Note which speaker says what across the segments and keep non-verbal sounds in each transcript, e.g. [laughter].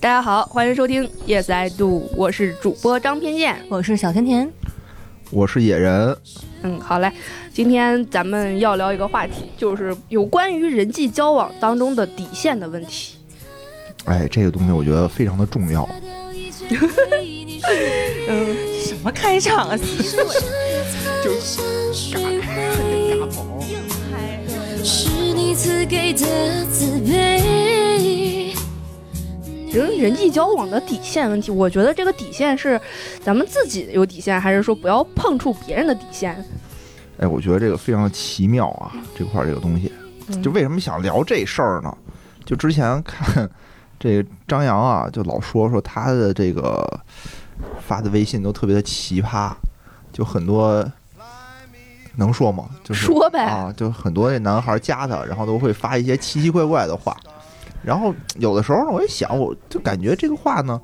Speaker 1: 大家好，欢迎收听 Yes I Do，我是主播张偏见。
Speaker 2: 我是小甜甜，
Speaker 3: 我是野人，
Speaker 1: 嗯，好嘞，今天咱们要聊一个话题，就是有关于人际交往当中的底线的问题。
Speaker 3: 哎，这个东西我觉得非常的重要。
Speaker 1: 嗯，
Speaker 2: 什么开场啊？
Speaker 4: 是你赐给的慈悲。
Speaker 1: 人嗯人际交往的底线问题，我觉得这个底线是咱们自己有底线，还是说不要碰触别人的底线？
Speaker 3: 哎，我觉得这个非常的奇妙啊，这块儿这个东西，
Speaker 1: 嗯
Speaker 3: 就为什么想聊这事儿呢？就之前看 [laughs] 这个张扬啊，就老说说他的这个发的微信都特别的奇葩，就很多能说吗？就是
Speaker 1: 说呗
Speaker 3: 啊，就很多这男孩加他，然后都会发一些奇奇怪怪的话。然后有的时候呢，我一想，我就感觉这个话呢，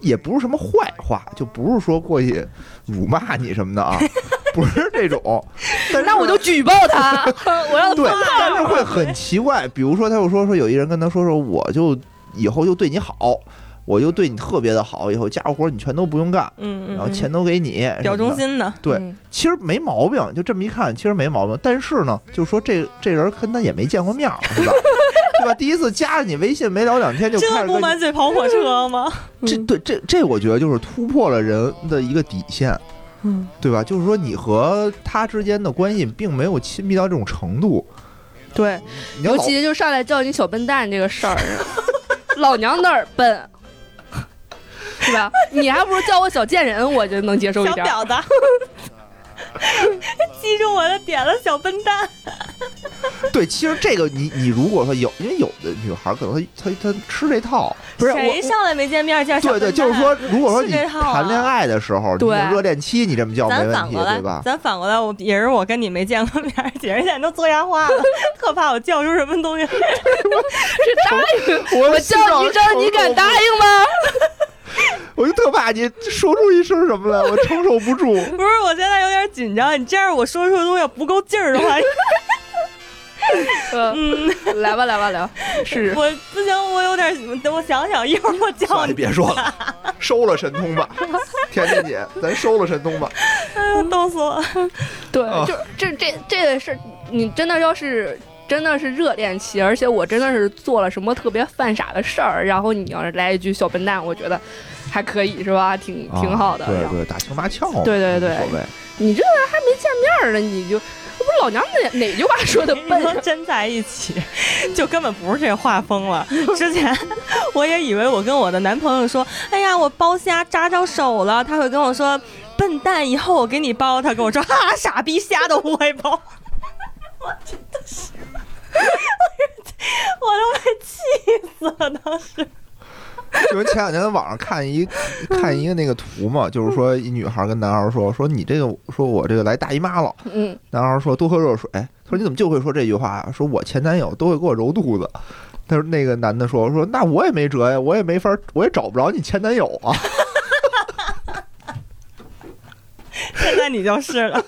Speaker 3: 也不是什么坏话，就不是说过去辱骂你什么的啊，不是这种。但是
Speaker 1: 那我就举报他，
Speaker 3: [laughs]
Speaker 1: 我让他
Speaker 3: 对，但是会很奇怪。比如说，他又说说有一人跟他说说，我就以后就对你好，我就对你特别的好，以后家务活你全都不用干，
Speaker 2: 嗯
Speaker 3: 然后钱都给你，什么的
Speaker 2: 表忠。心呢？
Speaker 3: 对
Speaker 1: 嗯
Speaker 3: 其实没毛病，就这么一看，其实没毛病。但是呢，就说这这人跟他也没见过面儿，
Speaker 2: [laughs]
Speaker 3: 对吧？对吧？第一次加了你微信，没聊两天就
Speaker 2: 真
Speaker 3: 开
Speaker 2: 的
Speaker 3: 始
Speaker 2: 不
Speaker 3: 跟你
Speaker 2: 满嘴跑火车吗？
Speaker 3: [laughs] 这对这这，我觉得就是突破了人的一个底线，
Speaker 2: 嗯，
Speaker 3: 对吧？就是说你和他之间的关系并没有亲密到这种程度，
Speaker 1: 对，
Speaker 3: 你要
Speaker 1: [laughs] 尤
Speaker 3: 老
Speaker 1: 其就上来叫你小笨蛋这个事儿， [laughs] 老娘那儿笨，是吧？你还不如叫我小贱人，我就能接受一
Speaker 2: 小
Speaker 1: 点儿。
Speaker 2: 婊
Speaker 3: [laughs]
Speaker 2: 子，击中我的点了，小笨蛋。
Speaker 3: 对，其实这个你你如果说有，因为有的女孩儿可能她她她吃这套，
Speaker 1: 不是我，
Speaker 2: 谁上来没见面叫小笨蛋？
Speaker 3: 对对，就是，说，如果说
Speaker 2: 是
Speaker 3: 你
Speaker 2: 这套啊
Speaker 3: 谈恋爱的时候，你
Speaker 1: 对
Speaker 3: 有热恋期，你这么叫没
Speaker 2: 咱
Speaker 3: 问
Speaker 2: 反
Speaker 3: 题，
Speaker 2: 过来
Speaker 3: 对，吧？
Speaker 2: 咱反过来，我也是我跟你没见过面，姐儿现在都做牙
Speaker 3: [laughs]
Speaker 2: 花了，特怕我叫出什么东西。
Speaker 3: 我
Speaker 1: 我
Speaker 3: 我
Speaker 1: 叫你一声，你敢答应吗？
Speaker 3: 我就特怕你说出一声什么来，我承受不住。
Speaker 2: 不是，我现在有点紧张，你这样我说出的东西不够劲儿的
Speaker 3: [laughs]
Speaker 2: 话，
Speaker 1: 呃
Speaker 2: 嗯，
Speaker 1: [laughs] 来吧，来吧，来吧，试试。
Speaker 2: 我不行，我有点，等我想想，一会儿我叫
Speaker 3: [laughs] 算
Speaker 2: 你
Speaker 3: 了，。别说了， [laughs] 收了神通吧，甜甜姐，咱收了神通吧。
Speaker 2: 哎呦， [laughs] 冻死我！
Speaker 1: 对，
Speaker 3: 啊
Speaker 1: 就这这这个事儿，你真的要是真的是热恋期，而且我真的是做了什么特别犯傻的事儿，然后你要是来一句小笨蛋，我觉得还可以，是吧？挺 [laughs] 挺好的。
Speaker 3: 啊对
Speaker 1: 然后
Speaker 3: 对，打情骂俏嘛，
Speaker 1: 对对对
Speaker 3: 无所谓。
Speaker 1: 你这个还没见面儿呢，你就这不是老娘哪哪句话说的
Speaker 2: 你
Speaker 1: [laughs] 笨
Speaker 2: 说真在一起，就根本不是这个画风了。之前我也以为我跟我的男朋友说，哎呀，我剥虾扎着手了，他会跟我说。笨蛋，以后我给你剥。他跟我说，哈、哈，傻逼，虾都不会剥。我真的是，我都快气死了。当时
Speaker 3: 就前两天在网上
Speaker 1: [laughs]
Speaker 3: 看一看一个那个图嘛，就是说一女孩跟男孩说说你这个说我这个来大姨妈了，
Speaker 1: 嗯，
Speaker 3: 男孩说多喝热水，哎他说你怎么就会说这句话啊？说我前男友都会给我揉肚子。他说那个男的说说那我也没辙呀，我也没法，我也找不着你前男友啊。
Speaker 2: 现在你就
Speaker 1: [laughs]
Speaker 2: 是了。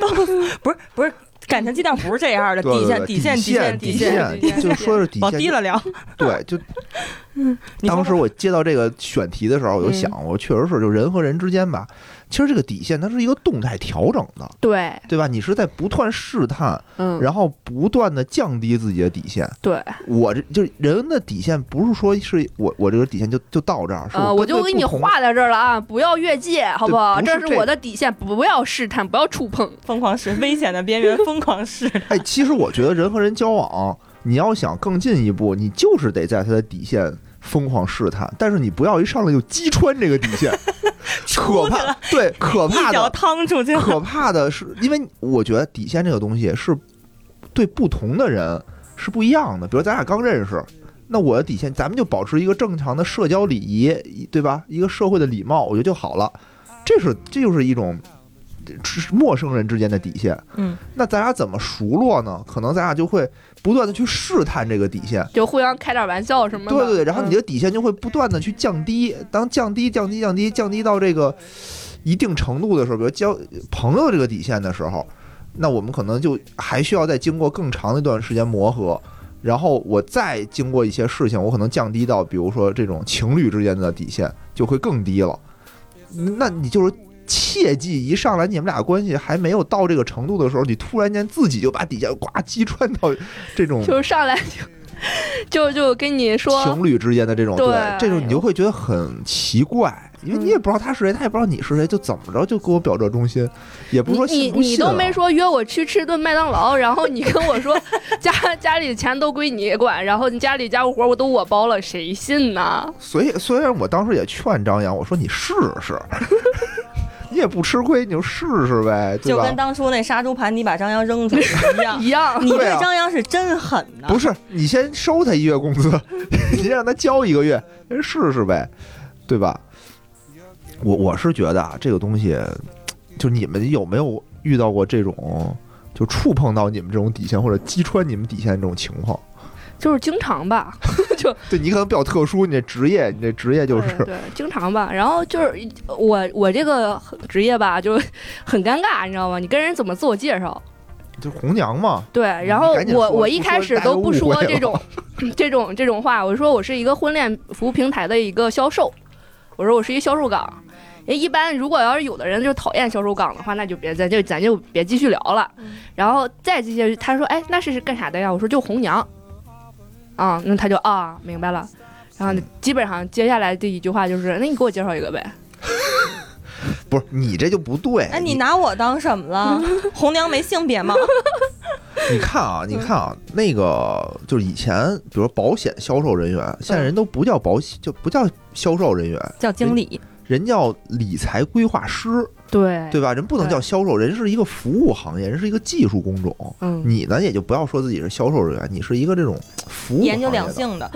Speaker 2: 都呃不是不是，感情基调不是这样的，
Speaker 3: 对
Speaker 2: 底
Speaker 3: 对
Speaker 2: 线
Speaker 3: 对
Speaker 2: 底线
Speaker 3: 底
Speaker 2: 线
Speaker 3: 底
Speaker 2: 底线，
Speaker 1: 呃底线
Speaker 3: 就说是底
Speaker 2: 往
Speaker 3: 线。
Speaker 2: 低了聊。
Speaker 3: 对，就
Speaker 2: 你说
Speaker 3: 当
Speaker 2: 吧
Speaker 3: 时我接到这个选题的时候，我就
Speaker 1: 嗯
Speaker 3: 想，我确实是就人和人之间吧，其实这个底线它是一个动态调整的，
Speaker 1: 对，
Speaker 3: 对吧？你是在不断试探，
Speaker 1: 嗯，
Speaker 3: 然后不断的降低自己的底线。
Speaker 1: 对，
Speaker 3: 我这就是人的底线，不是说是我我这个底线就就到这儿，是
Speaker 1: 呃，我
Speaker 3: 我
Speaker 1: 就给你
Speaker 3: 画。
Speaker 1: 画在这儿了啊，不要越界，好不好？
Speaker 3: 不
Speaker 1: 这
Speaker 3: 是
Speaker 1: 是
Speaker 3: 这
Speaker 1: 我
Speaker 3: 个
Speaker 1: 的底线，不要试探，不要触碰。
Speaker 2: 疯狂试危险的边缘，疯狂试。
Speaker 3: [laughs] 哎，其实我觉得人和人交往，你要想更进一步，你就是得在他的底线疯狂试探，但是你不要一上来就击穿这个底
Speaker 2: [laughs]
Speaker 3: 线，可
Speaker 2: 出去
Speaker 3: 怕。对，可
Speaker 2: [laughs]
Speaker 3: 怕
Speaker 2: 一脚
Speaker 3: 的，
Speaker 2: 趟出 [laughs] 去了，
Speaker 3: 可怕的是，因为我觉得底线这个东西是对不同的人是不一样的。比如咱俩刚认识，那我的底线，咱们就保持一个正常的社交礼仪，对吧？一个社会的礼貌，我觉得就好了。这是这就是一种是陌生人之间的底线。
Speaker 2: 嗯，
Speaker 3: 那咱俩怎么熟络呢？可能咱俩就会不断的去试探这个底线。
Speaker 1: 就互相开点玩笑什么的。嗯
Speaker 3: 对对对，然后你
Speaker 1: 就
Speaker 3: 的底线就会不断的去降低，当降低、降低、降低、降低到这个一定程度的时候，比如交朋友这个底线的时候，那我们可能就还需要再经过更长的一段时间磨合，然后我再经过一些事情，我可能降低到比如说这种情侣之间的底线就会更低了。那你就是切记，一上来你们俩关系还没有到这个程度的时候，你突然间自己就把底线呱击穿到这种
Speaker 1: 就是上来就就就跟你说，
Speaker 3: 情侣之间的这种
Speaker 1: 对
Speaker 3: 这种你就会觉得很奇怪，因为你也不知道他是谁，他也不知道你是谁，就怎么着就给我表这忠心，也不是
Speaker 1: 你
Speaker 3: 说
Speaker 1: 你
Speaker 3: 信不
Speaker 1: 你
Speaker 3: 信
Speaker 1: 都
Speaker 3: 啊
Speaker 1: 没说约我去吃顿麦当劳， [laughs] 然后你跟我说 [laughs] 家家里钱都归你管，然后你家里家务活我都我包了，谁信呢？
Speaker 3: 所以，虽然我当时也劝张扬，我说你试试， [laughs] 你也不吃亏，你就试试呗，对
Speaker 2: 就
Speaker 3: 吧
Speaker 2: 跟？当初那杀猪盘你把张扬扔出去一
Speaker 1: [laughs]
Speaker 2: 样。
Speaker 1: 一样，
Speaker 2: 你
Speaker 3: 对
Speaker 2: 对
Speaker 3: 啊
Speaker 2: 张扬是真狠呐、
Speaker 3: 不是，你先收他一月工资，你让他交一个月，人试试呗，对吧？我我是觉得啊，这个东西，就你们有没有遇到过这种，就触碰到你们这种底线或者击穿你们底线这种情况？
Speaker 1: 就是经常吧，
Speaker 3: 对你可能比较特殊，你这职业，你这职业就是
Speaker 1: 对对，经常吧。然后就是我我这个职业吧，就很尴尬，你知道吗？你跟人怎么自我介绍？
Speaker 3: 就红娘嘛，
Speaker 1: 对，然后
Speaker 3: 嗯赶紧
Speaker 1: 我
Speaker 3: 说
Speaker 1: 我
Speaker 3: 不
Speaker 1: 一
Speaker 3: 说
Speaker 1: 开始
Speaker 3: 大家
Speaker 1: 都
Speaker 3: 误
Speaker 1: 不
Speaker 3: 会
Speaker 1: 说
Speaker 3: 了
Speaker 1: 这
Speaker 3: [laughs]
Speaker 1: 种这种这种话，我说我是一个婚恋服务平台的一个销售，我说我是一销售岗。因为一般如果要是有的人就讨厌销售岗的话，那就别咱就咱就别继续聊了。然后再继续，他说哎那是是干啥的呀？我说就红娘。啊，那他就啊明白了。然
Speaker 3: 嗯
Speaker 1: 后基本上接下来这一句话就是，那你给我介绍一个呗。
Speaker 3: 不是你这就不对。
Speaker 2: 哎，你拿我当什么了？红娘没性别吗？
Speaker 3: 你看啊，你看啊，那个就是以前，比如说保险销售人员，现在人都不叫保险，就不叫销售人员，
Speaker 2: 叫经理，
Speaker 3: 人叫理财规划师，
Speaker 2: 哎
Speaker 1: 对
Speaker 3: 对吧？人不能
Speaker 1: 对
Speaker 3: 叫销售，人是一个服务行业，人是一个技术工种。
Speaker 1: 嗯，
Speaker 3: 你呢，也就不要说自己是销售人员，你是一个这种服务行
Speaker 2: 研
Speaker 3: 业
Speaker 2: 究两
Speaker 3: 的
Speaker 2: 性的。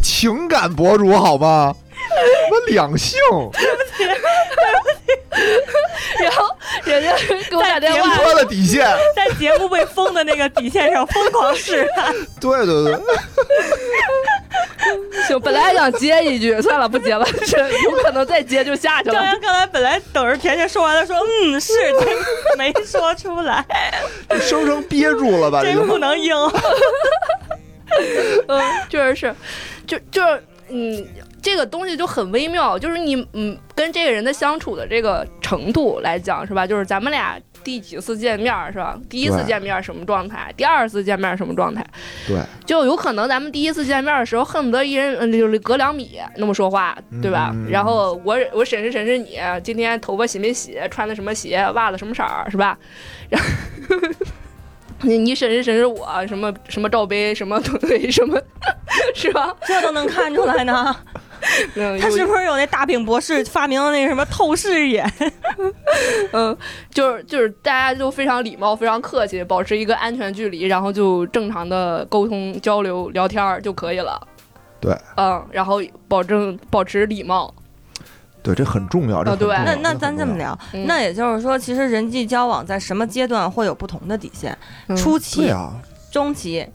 Speaker 3: 情感博主，
Speaker 2: [laughs]
Speaker 3: 好吗？什么两性？
Speaker 1: 然后人家 [laughs] 给我打电
Speaker 2: 在
Speaker 1: 话
Speaker 2: 别
Speaker 3: 突，破了底线。
Speaker 2: [laughs] 在节目被封的那个底线上疯狂试探，
Speaker 3: 对对对，
Speaker 1: [laughs] 行，本来想接一句，算了，不接了，这有可能再接就下去
Speaker 2: 张
Speaker 1: 了。
Speaker 2: 扬刚才本来等着甜甜说完了，说嗯是，真没说出来，
Speaker 3: 就生生憋住了吧？这
Speaker 2: 真
Speaker 3: 个
Speaker 2: 不能应。
Speaker 1: 嗯，确实是，就就是嗯，这个东西就很微妙，就是你嗯跟这个人的相处的这个程度来讲是吧？就是咱们俩第几次见面是吧？第一次
Speaker 3: 对
Speaker 1: 见面什么状态？第二次见面什么状态？
Speaker 3: 对，
Speaker 1: 就有可能咱们第一次见面的时候，恨不得一人呃就是隔两米那么说话，对吧？
Speaker 3: 嗯
Speaker 1: 然后我我审视审视你，今天头发洗没洗，穿的什么鞋，袜子什么色儿，是吧？ [laughs] 然后你你审视审视我，什么什么罩杯，什么臀围，什么， [laughs] 是吧？
Speaker 2: 这都能看出来呢？
Speaker 1: 嗯，
Speaker 2: 他
Speaker 1: 有
Speaker 2: 是不是有那大饼博士发明的那个什么透视眼？
Speaker 1: 嗯，就是就是大家就非常礼貌，非常客气，保持一个安全距离，然后就正常的沟通交流聊天儿就可以了。
Speaker 3: 对，
Speaker 1: 嗯，然后保证保持礼貌，
Speaker 3: 对，这很重要。这很
Speaker 1: 对
Speaker 3: 重要
Speaker 2: 哦那
Speaker 3: 这
Speaker 2: 那
Speaker 3: 很
Speaker 2: 咱
Speaker 3: 重
Speaker 2: 这么
Speaker 3: 要
Speaker 2: 聊，
Speaker 1: 嗯
Speaker 2: 那也就是说，其实人际交往在什么阶段会有不同的底线？
Speaker 1: 嗯
Speaker 2: 初
Speaker 3: 对
Speaker 2: 期、
Speaker 3: 啊，
Speaker 2: 中期，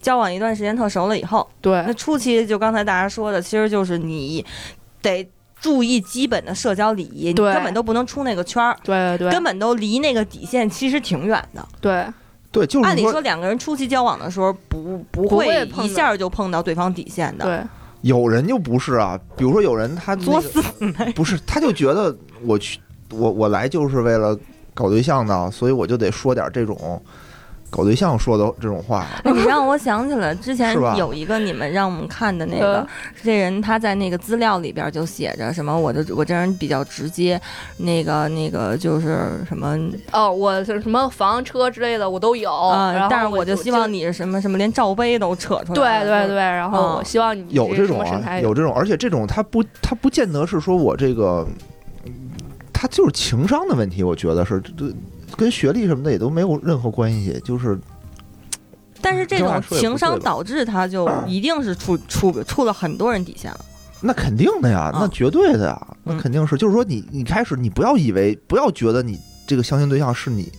Speaker 2: 交往一段时间特熟了以后，
Speaker 1: 对
Speaker 2: 那初期就刚才大家说的，其实就是你得注意基本的社交礼仪，你
Speaker 1: 对
Speaker 2: 根本都不能出那个圈儿，
Speaker 1: 对对
Speaker 2: 根本都离那个底线其实挺远的。
Speaker 1: 对
Speaker 3: 对，嗯就是
Speaker 2: 按理说，两个人初期交往的时候不不
Speaker 1: 不会
Speaker 2: 会
Speaker 1: 碰
Speaker 2: 一
Speaker 1: 到
Speaker 2: 下就碰到对方底线的，
Speaker 1: 对，
Speaker 3: 有人就不是啊，比如说有人他、那
Speaker 2: 作
Speaker 3: 个
Speaker 2: 死。
Speaker 3: 不是，他就觉得我去，我我来就是为了搞对象的，所以我就得说点这种搞对象说的这种话。
Speaker 2: 哎 [laughs] 你让我想起了之前
Speaker 3: 是吧
Speaker 2: 有一个你们让我们看的那个
Speaker 1: 呃，
Speaker 2: 这人他在那个资料里边就写着什么，我的我这人比较直接，那个那个就是什么
Speaker 1: 哦，我是什么房车之类的我都有，然
Speaker 2: 啊
Speaker 1: 后，
Speaker 2: 但是我就希望
Speaker 1: 你
Speaker 2: 你是什么什么，连罩杯都扯出
Speaker 1: 对
Speaker 2: 来了。
Speaker 1: 对对，然后
Speaker 2: 嗯
Speaker 1: 我希望你
Speaker 3: 有这
Speaker 1: 这
Speaker 3: 种
Speaker 1: 身
Speaker 3: 啊，
Speaker 1: 材
Speaker 3: 有这种，而且这种他不，他不见得是说我这个，他就是情商的问题，我觉得是这这跟学历什么的也都没有任何关系，就是
Speaker 2: 但是这
Speaker 3: 这话
Speaker 2: 种
Speaker 3: 说也不
Speaker 2: 情商
Speaker 3: 对吧
Speaker 2: 导致他就一定是触触触了很多人底线了。
Speaker 3: 那肯定的呀，
Speaker 2: 啊
Speaker 3: 那绝对的呀，那
Speaker 2: 嗯
Speaker 3: 肯定是，就是说你你开始你不要以为，不要觉得你这个相亲对象是你。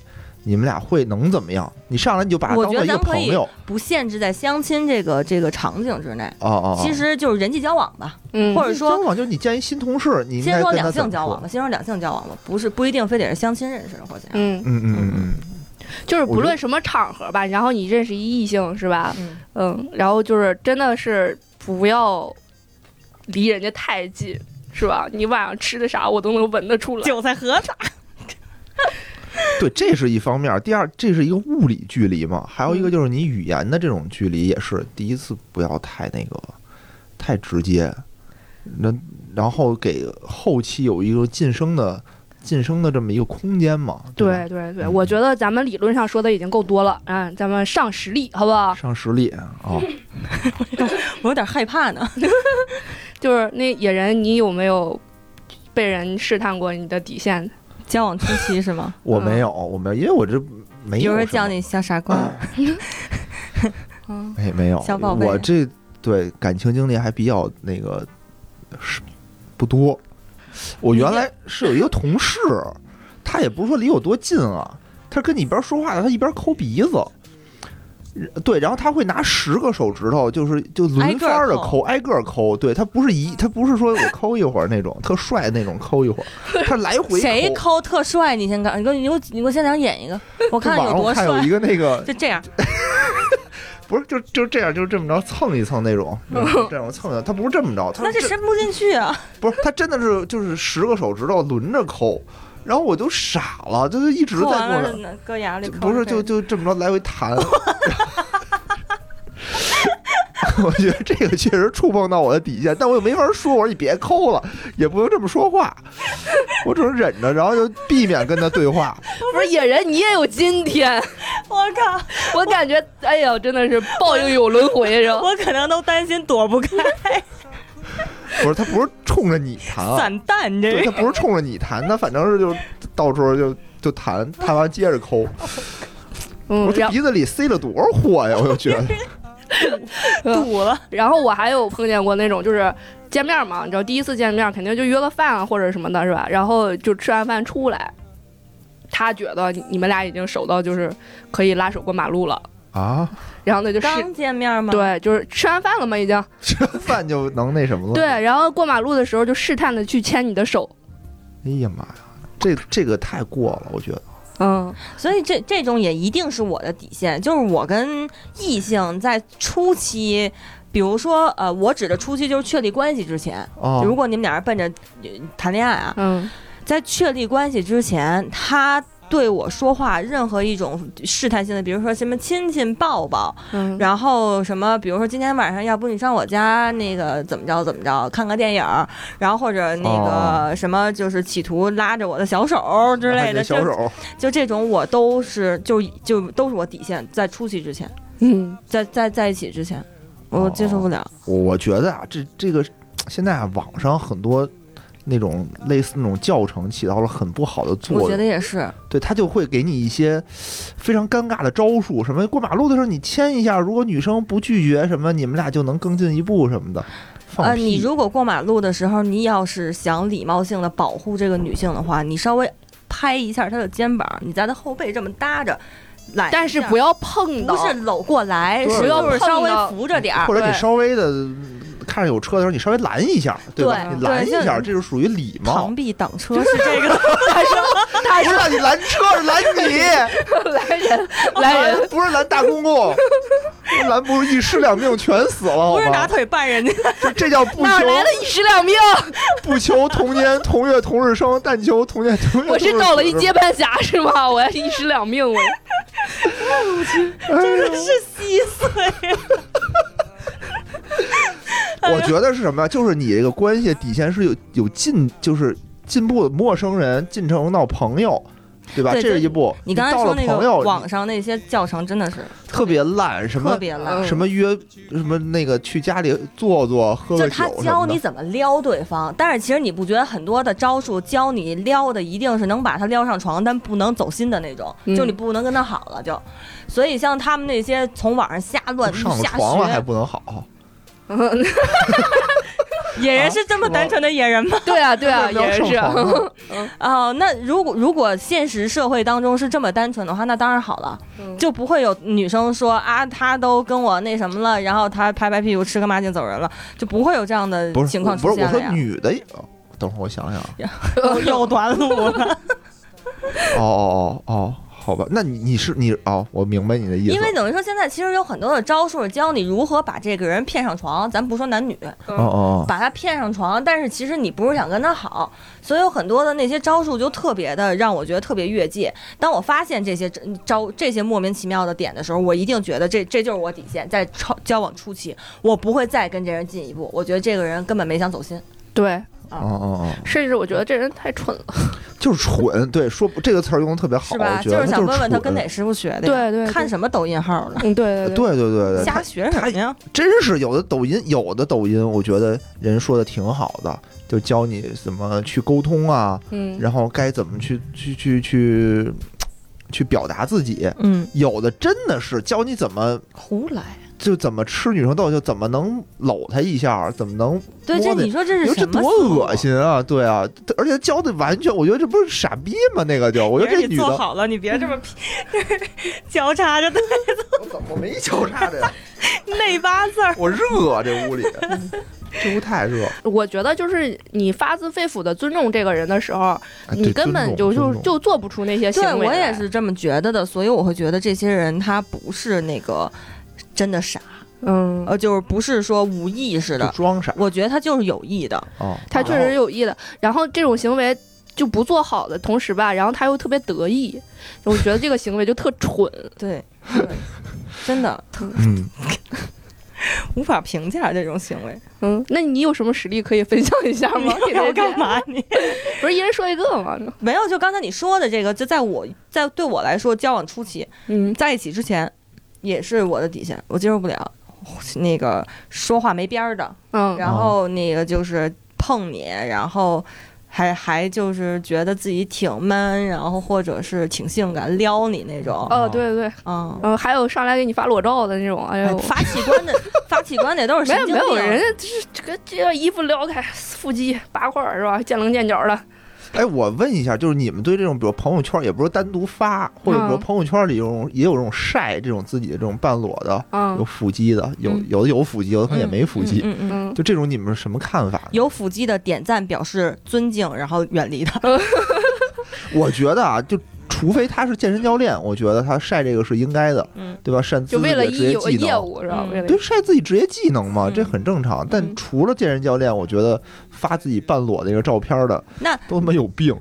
Speaker 3: 你们俩会能怎么样？你上来你就把他
Speaker 2: 我
Speaker 3: 当
Speaker 2: 觉得
Speaker 3: 做一个
Speaker 2: 咱可
Speaker 3: 朋
Speaker 2: 以
Speaker 3: 友，
Speaker 2: 不限制在相亲这个这个场景之内，
Speaker 3: 哦哦，哦
Speaker 2: 其实就是人际交往吧，
Speaker 1: 嗯
Speaker 2: 或者说
Speaker 3: 交往就是你见一新同事，你应该
Speaker 2: 先说
Speaker 3: 跟他
Speaker 2: 两
Speaker 3: 怎
Speaker 2: 性
Speaker 3: 么
Speaker 2: 交往吧，先说两性交往吧，不是不一定非得是相亲认识的或者怎样。
Speaker 1: 嗯
Speaker 3: 嗯嗯嗯嗯，
Speaker 1: 就是
Speaker 3: 我
Speaker 1: 不
Speaker 3: 觉得
Speaker 1: 论什么场合吧，然后你认识一异性是吧？
Speaker 2: 嗯
Speaker 1: 嗯，然后就是真的是不要离人家太近，是吧？你晚上吃的啥我都能闻得出来。
Speaker 2: 韭菜盒子，
Speaker 3: [laughs] 对，这是一方面儿。第二，这是一个物理距离嘛，还有一个
Speaker 2: 嗯
Speaker 3: 就是你语言的这种距离也是。第一次不要太那个，太直接，那然后给后期有一个晋升的晋升的这么一个空间嘛。吧
Speaker 1: 对对对，我觉得咱们理论上说的已经够多了，嗯，咱们上实力好不好？
Speaker 3: 上实力啊、哦
Speaker 2: [laughs] 我有点害怕呢。
Speaker 1: 就是那野人，你有没有被人试探过你的底线？
Speaker 2: 交往初期是吗？
Speaker 3: 我没有，我没有，因为哎我这没
Speaker 2: 嗯比
Speaker 3: 有
Speaker 2: 如
Speaker 3: 什么。
Speaker 2: 说叫你小傻瓜，
Speaker 1: 嗯，
Speaker 3: 没没有，
Speaker 2: 小宝贝
Speaker 3: 我这对感情经历还比较那个是不多。我原来是有一个同事，他也不是说离我多近啊，他跟你一边说话，他一边抠鼻子。对，然后他会拿十个手指头，就是就轮番的抠，挨个儿抠。对他不是一，他不是说我抠一会儿那种特帅那种抠
Speaker 2: [laughs]
Speaker 3: 一会儿，他来回
Speaker 2: 谁
Speaker 3: 抠。
Speaker 2: 抠特帅？你先看，你给我你给我你给我现场演一个，我
Speaker 3: 就
Speaker 2: 看
Speaker 3: 网
Speaker 2: 有
Speaker 3: 上我
Speaker 2: 多
Speaker 3: 看有
Speaker 2: 帅
Speaker 3: 一。个那个
Speaker 2: [laughs] 就这样，
Speaker 3: 不是就就这样就这么着蹭一蹭那
Speaker 2: [laughs]
Speaker 3: 种，就是这样蹭一蹭，他不是这么着，他
Speaker 2: 那这
Speaker 3: 这
Speaker 2: 伸不进去啊！
Speaker 3: 不是，他真的是就是十个手指头轮着抠，然后我就傻了，就是一直
Speaker 2: 抠
Speaker 3: 在
Speaker 2: 完
Speaker 3: 过
Speaker 2: 了
Speaker 3: 程，
Speaker 2: 呢搁牙里
Speaker 3: 就
Speaker 2: 抠着呗。
Speaker 3: 不是就就这么着来回弹。 [laughs] 我觉得这个确实触碰到我的底线，但我又没法说，我说你别抠了，也不能这么说话，我只能忍着，然后就避免跟他对话。
Speaker 1: [laughs] 不是野人，你也有今天， [laughs]
Speaker 2: 我靠，
Speaker 3: 啊
Speaker 1: 我感觉，哎呀，真的是报应有轮回，是吧？
Speaker 2: [laughs] 我可能都担心躲不开
Speaker 3: 不是他不是冲着你弹啊，
Speaker 2: 散弹这
Speaker 3: 对
Speaker 2: 个
Speaker 3: 他不是冲着你弹，他反正是就到时候就就弹，弹完接着抠。
Speaker 1: 嗯
Speaker 3: 我，这
Speaker 1: 然后
Speaker 3: 鼻子里塞了多少货呀！我就觉得。
Speaker 2: [laughs] 堵
Speaker 3: 啊
Speaker 2: 了。
Speaker 1: 然后我还有碰见过那种就是。见面嘛，你知道第一次见面肯定就约个饭啊或者什么的，是吧？然后就吃完饭出来，他觉得你们俩已经熟到就是可以拉手过马路了，
Speaker 3: 啊，
Speaker 1: 然后那就试，
Speaker 2: 刚见面吗？，
Speaker 1: 对，就是吃完饭了嘛已经，
Speaker 3: 吃饭就能那什么了。
Speaker 1: 对，
Speaker 3: 哎
Speaker 1: 然后过马路的时候就试探的去牵你的手，
Speaker 3: 哎呀妈呀，这这个太过了，我觉得。
Speaker 1: 嗯，
Speaker 2: 所以这这种也一定是我的底线，就是我跟异性在初期，比如说呃，我指的初期就是确立关系之前，
Speaker 3: 哦，
Speaker 2: 如果你们俩人奔着呃谈恋爱啊，
Speaker 1: 嗯，
Speaker 2: 在确立关系之前，他对我说话任何一种试探性的，比如说什么亲亲抱抱，
Speaker 1: 嗯，
Speaker 2: 然后什么，比如说今天晚上要不你上我家那个怎么着怎么着，看个电影儿，然后或者那个什么就是企图拉着我的小手儿之类
Speaker 3: 看这
Speaker 2: 的，
Speaker 3: 小
Speaker 2: 就
Speaker 3: 手，
Speaker 2: 就这种我都是就就都是我底线，在出去之前，
Speaker 1: 嗯，
Speaker 2: 在在在一起之前，我接受不了。
Speaker 3: 我我觉得啊，这这个现在啊，网上很多那种类似那种教程起到了很不好的
Speaker 2: 我
Speaker 3: 作
Speaker 2: 觉得
Speaker 3: 用。
Speaker 2: 也是，
Speaker 3: 对，他就会给你一些非常尴尬的招数，什么过马路的时候你牵一下，如果女生不拒绝什么，你们俩就能更进一步什么的。放
Speaker 2: 呃，
Speaker 3: 屁
Speaker 2: 你如果过马路的时候，你要是想礼貌性的保护这个女性的话，你稍微拍一下她的肩膀，你在她后背这么搭着，来一下，
Speaker 1: 但是不要碰到，
Speaker 2: 不是搂过来，
Speaker 3: 对
Speaker 2: 是就是稍
Speaker 1: 碰
Speaker 2: 微
Speaker 1: 到
Speaker 2: 扶着点儿
Speaker 3: 或。者你
Speaker 1: 对
Speaker 3: 稍微的看着有车的时候，你稍微拦一下，对吧？
Speaker 2: 对
Speaker 3: 你拦一
Speaker 2: 对
Speaker 3: 下，
Speaker 2: 就
Speaker 3: 这就属于礼貌
Speaker 2: 螳。臂挡车是这个，
Speaker 3: 不是让哎你拦车，是拦你，
Speaker 1: 来人，
Speaker 2: 哎
Speaker 1: 来
Speaker 2: [laughs]
Speaker 1: 人，
Speaker 3: 不是拦大公公，拦不是一尸两命全死了，
Speaker 2: [laughs]
Speaker 3: 好
Speaker 2: 不是拿
Speaker 3: 吧？
Speaker 2: 腿绊人家。
Speaker 3: [laughs] 这这叫不
Speaker 1: 哪
Speaker 3: 求
Speaker 1: 来的一尸两命？
Speaker 3: 不求同年同月同日生，但求同年
Speaker 1: [laughs]
Speaker 3: 同月同日死。
Speaker 1: 我是到了一
Speaker 3: 是
Speaker 1: 接
Speaker 3: 吧，
Speaker 1: 班侠是吗？ [laughs] 我要是一尸两命，我
Speaker 3: 真
Speaker 2: 是稀碎。哎
Speaker 3: 我觉得是什么呀？就是你这个关系底线是有有进，就是进步的陌生人进程到朋友，对吧？
Speaker 2: 对
Speaker 3: 这
Speaker 2: 就是
Speaker 3: 一步。
Speaker 2: 你刚才
Speaker 3: 到
Speaker 2: 说
Speaker 3: 了
Speaker 2: 那
Speaker 3: 朋
Speaker 2: 个
Speaker 3: 友，
Speaker 2: 网上那些教程真的是
Speaker 3: 你特别烂，什
Speaker 2: 特
Speaker 3: 么
Speaker 2: 别烂。
Speaker 3: 什么约什么那个去家里坐坐，喝
Speaker 2: 就
Speaker 3: 个酒
Speaker 2: 他
Speaker 3: 什
Speaker 2: 教
Speaker 3: 么
Speaker 2: 你
Speaker 3: 的。
Speaker 2: 怎么撩对方，但是其实你不觉得很多的招数教你撩的一定是能把他撩上床，但不能走心的那种，
Speaker 1: 嗯
Speaker 2: 就你不能跟他好了就。所以像他们那些从网上瞎乱
Speaker 3: 上
Speaker 2: 瞎
Speaker 3: 床了还
Speaker 2: 学，
Speaker 3: 不能好，
Speaker 2: 野
Speaker 3: 啊
Speaker 2: 人是这么单纯的野人吗？
Speaker 1: [laughs]
Speaker 2: [laughs]
Speaker 1: 对啊，对 [laughs] 啊，
Speaker 3: 为什么
Speaker 1: 也
Speaker 3: 要上
Speaker 1: 是，
Speaker 3: 床呢
Speaker 2: 哦、那如果如果现实社会当中是这么单纯的话，那当然好了，
Speaker 1: 嗯
Speaker 2: 就不会有女生说啊，他都跟我那什么了，然后他拍拍屁股吃个麻将走人了，就不会有这样的
Speaker 3: 不是
Speaker 2: 情况
Speaker 3: 不
Speaker 2: 出
Speaker 3: 是，我
Speaker 2: 现了
Speaker 3: 说
Speaker 2: 呀。
Speaker 3: 女的也，哦
Speaker 2: [laughs]
Speaker 3: 等会儿我想想啊，
Speaker 2: 又短路了，
Speaker 3: 哦哦哦哦，好吧，那你你是你哦，我明白你的意思。
Speaker 2: 因为等于说现在其实有很多的招数教你如何把这个人骗上床，咱不说男女，
Speaker 3: 哦哦
Speaker 2: 把他骗上床，但是其实你不是想跟他好，所以有很多的那些招数就特别的让我觉得特别越界。当我发现这些招这些莫名其妙的点的时候，我一定觉得这这就是我底线，在超交往初期，我不会再跟这人进一步。我觉得这个人根本没想走心。
Speaker 1: 对，
Speaker 3: 哦哦哦，
Speaker 1: 甚至我觉得这人太蠢了。
Speaker 3: 就是蠢，对，说这个词儿用的特别好，
Speaker 2: 是吧？
Speaker 3: 哦我觉得
Speaker 2: 是想问问他
Speaker 3: 他
Speaker 2: 跟哪师傅学的
Speaker 1: 对
Speaker 2: 呀？
Speaker 1: 对，
Speaker 2: 啊看什么抖音号呢？
Speaker 1: 嗯，对
Speaker 3: 呃对对对对，
Speaker 2: 瞎学什么呀？
Speaker 3: 真是有的抖音，有的抖音，我觉得人说的挺好的，就教你怎么去沟通啊，
Speaker 1: 嗯，
Speaker 3: 然后该怎么去去去去去表达自己。
Speaker 2: 嗯，
Speaker 3: 有的真的是教你怎么
Speaker 2: 胡来。
Speaker 3: 就怎么吃女生豆，就怎么能搂她一下，怎么能
Speaker 2: 对，这
Speaker 3: 摸的
Speaker 2: 你说这
Speaker 3: 你
Speaker 2: 是
Speaker 3: 说
Speaker 2: 什么？
Speaker 3: 这多恶！心啊！对啊，而且教的完全，我觉得这不是傻逼吗？那个就，我觉得这
Speaker 2: 你
Speaker 3: 女
Speaker 2: 做
Speaker 3: 的，
Speaker 2: 好了，你别这么 [laughs] 交叉 [laughs] 着的
Speaker 3: [laughs] 我怎么没交叉这？
Speaker 2: 内八字儿。
Speaker 3: 我热啊这屋里， [laughs] 这屋太热。
Speaker 1: 我觉得就是你发自肺腑的尊重这个人的时候，
Speaker 3: 哎
Speaker 1: 你根本就就就做不出那些行
Speaker 2: 对
Speaker 1: 为。
Speaker 2: 我也，是这么觉得的，所以我会觉得这些人他不是那个真的傻，
Speaker 1: 嗯，
Speaker 2: 呃，就是不是说无意识
Speaker 3: 对尊重尊重就
Speaker 2: 的，
Speaker 3: 装傻
Speaker 2: 我觉得他就是有意的。
Speaker 3: 哦，
Speaker 1: 他确实是有意的。然后这种行为就不做好的同时吧，然后他又特别得意，我觉得这个行为就特蠢。
Speaker 2: 对，对真的
Speaker 3: 嗯，
Speaker 2: [laughs] 无法评价这种行为。
Speaker 1: 嗯，那你有什么实例可以分享一下
Speaker 2: 你
Speaker 1: 吗？给
Speaker 2: 要
Speaker 1: 大家
Speaker 2: 干？嘛你？
Speaker 1: [laughs] 不是一人说一个嗯吗？
Speaker 2: [laughs] 没有，就刚才你说的这个，就在我在对我来说，交往初期，
Speaker 1: 嗯
Speaker 2: 在一起之前，也是我的底线，我接受不了。那个说话没边儿的，
Speaker 1: 嗯，
Speaker 2: 然后那个就是碰你，然后还还就是觉得自己挺 man，然后或者是挺性感，撩你那种，
Speaker 1: 哦，对对，
Speaker 2: 嗯。
Speaker 1: 嗯，还有上来给你发裸照的那种，哎
Speaker 2: 哎
Speaker 1: 呦，
Speaker 2: 发器官
Speaker 1: [laughs]
Speaker 2: 的，发器官的都是
Speaker 1: 没
Speaker 2: 神
Speaker 1: 有
Speaker 2: 经
Speaker 1: 没有
Speaker 2: 病。
Speaker 1: 人家这这个这个衣服撩开，腹肌八块儿是吧？见棱见角的，
Speaker 3: 哎，我问一下，就是你们对这种，比如朋友圈，也不是单独发，或者比如
Speaker 1: 嗯
Speaker 3: 朋友圈里有种也有这种晒这种自己的这种半裸的，有
Speaker 1: 嗯
Speaker 3: 腹肌的，有
Speaker 1: 嗯
Speaker 3: 有的有腹肌，有的可能也没腹肌，
Speaker 2: 嗯嗯嗯
Speaker 1: 嗯，
Speaker 3: 就这种你们是什么看法呢？
Speaker 2: 有腹肌的点赞表示尊敬，然后
Speaker 1: [laughs]
Speaker 2: 远离他。
Speaker 3: 我觉得啊，就除非他是健身教练，我觉得他晒这个是应该的，
Speaker 2: 嗯
Speaker 3: 对吧？晒自己
Speaker 1: 就为了
Speaker 3: 的职
Speaker 1: 一
Speaker 3: 业
Speaker 1: 有个
Speaker 3: 技
Speaker 1: 业
Speaker 3: 能，
Speaker 1: 务是吧？
Speaker 2: 嗯
Speaker 1: 为了
Speaker 3: 对，晒自己职业技能嘛，
Speaker 2: 嗯
Speaker 3: 这很正常。但除了健身教练，我觉得发自己半裸那个照片的，
Speaker 2: 那
Speaker 3: 都他妈有病。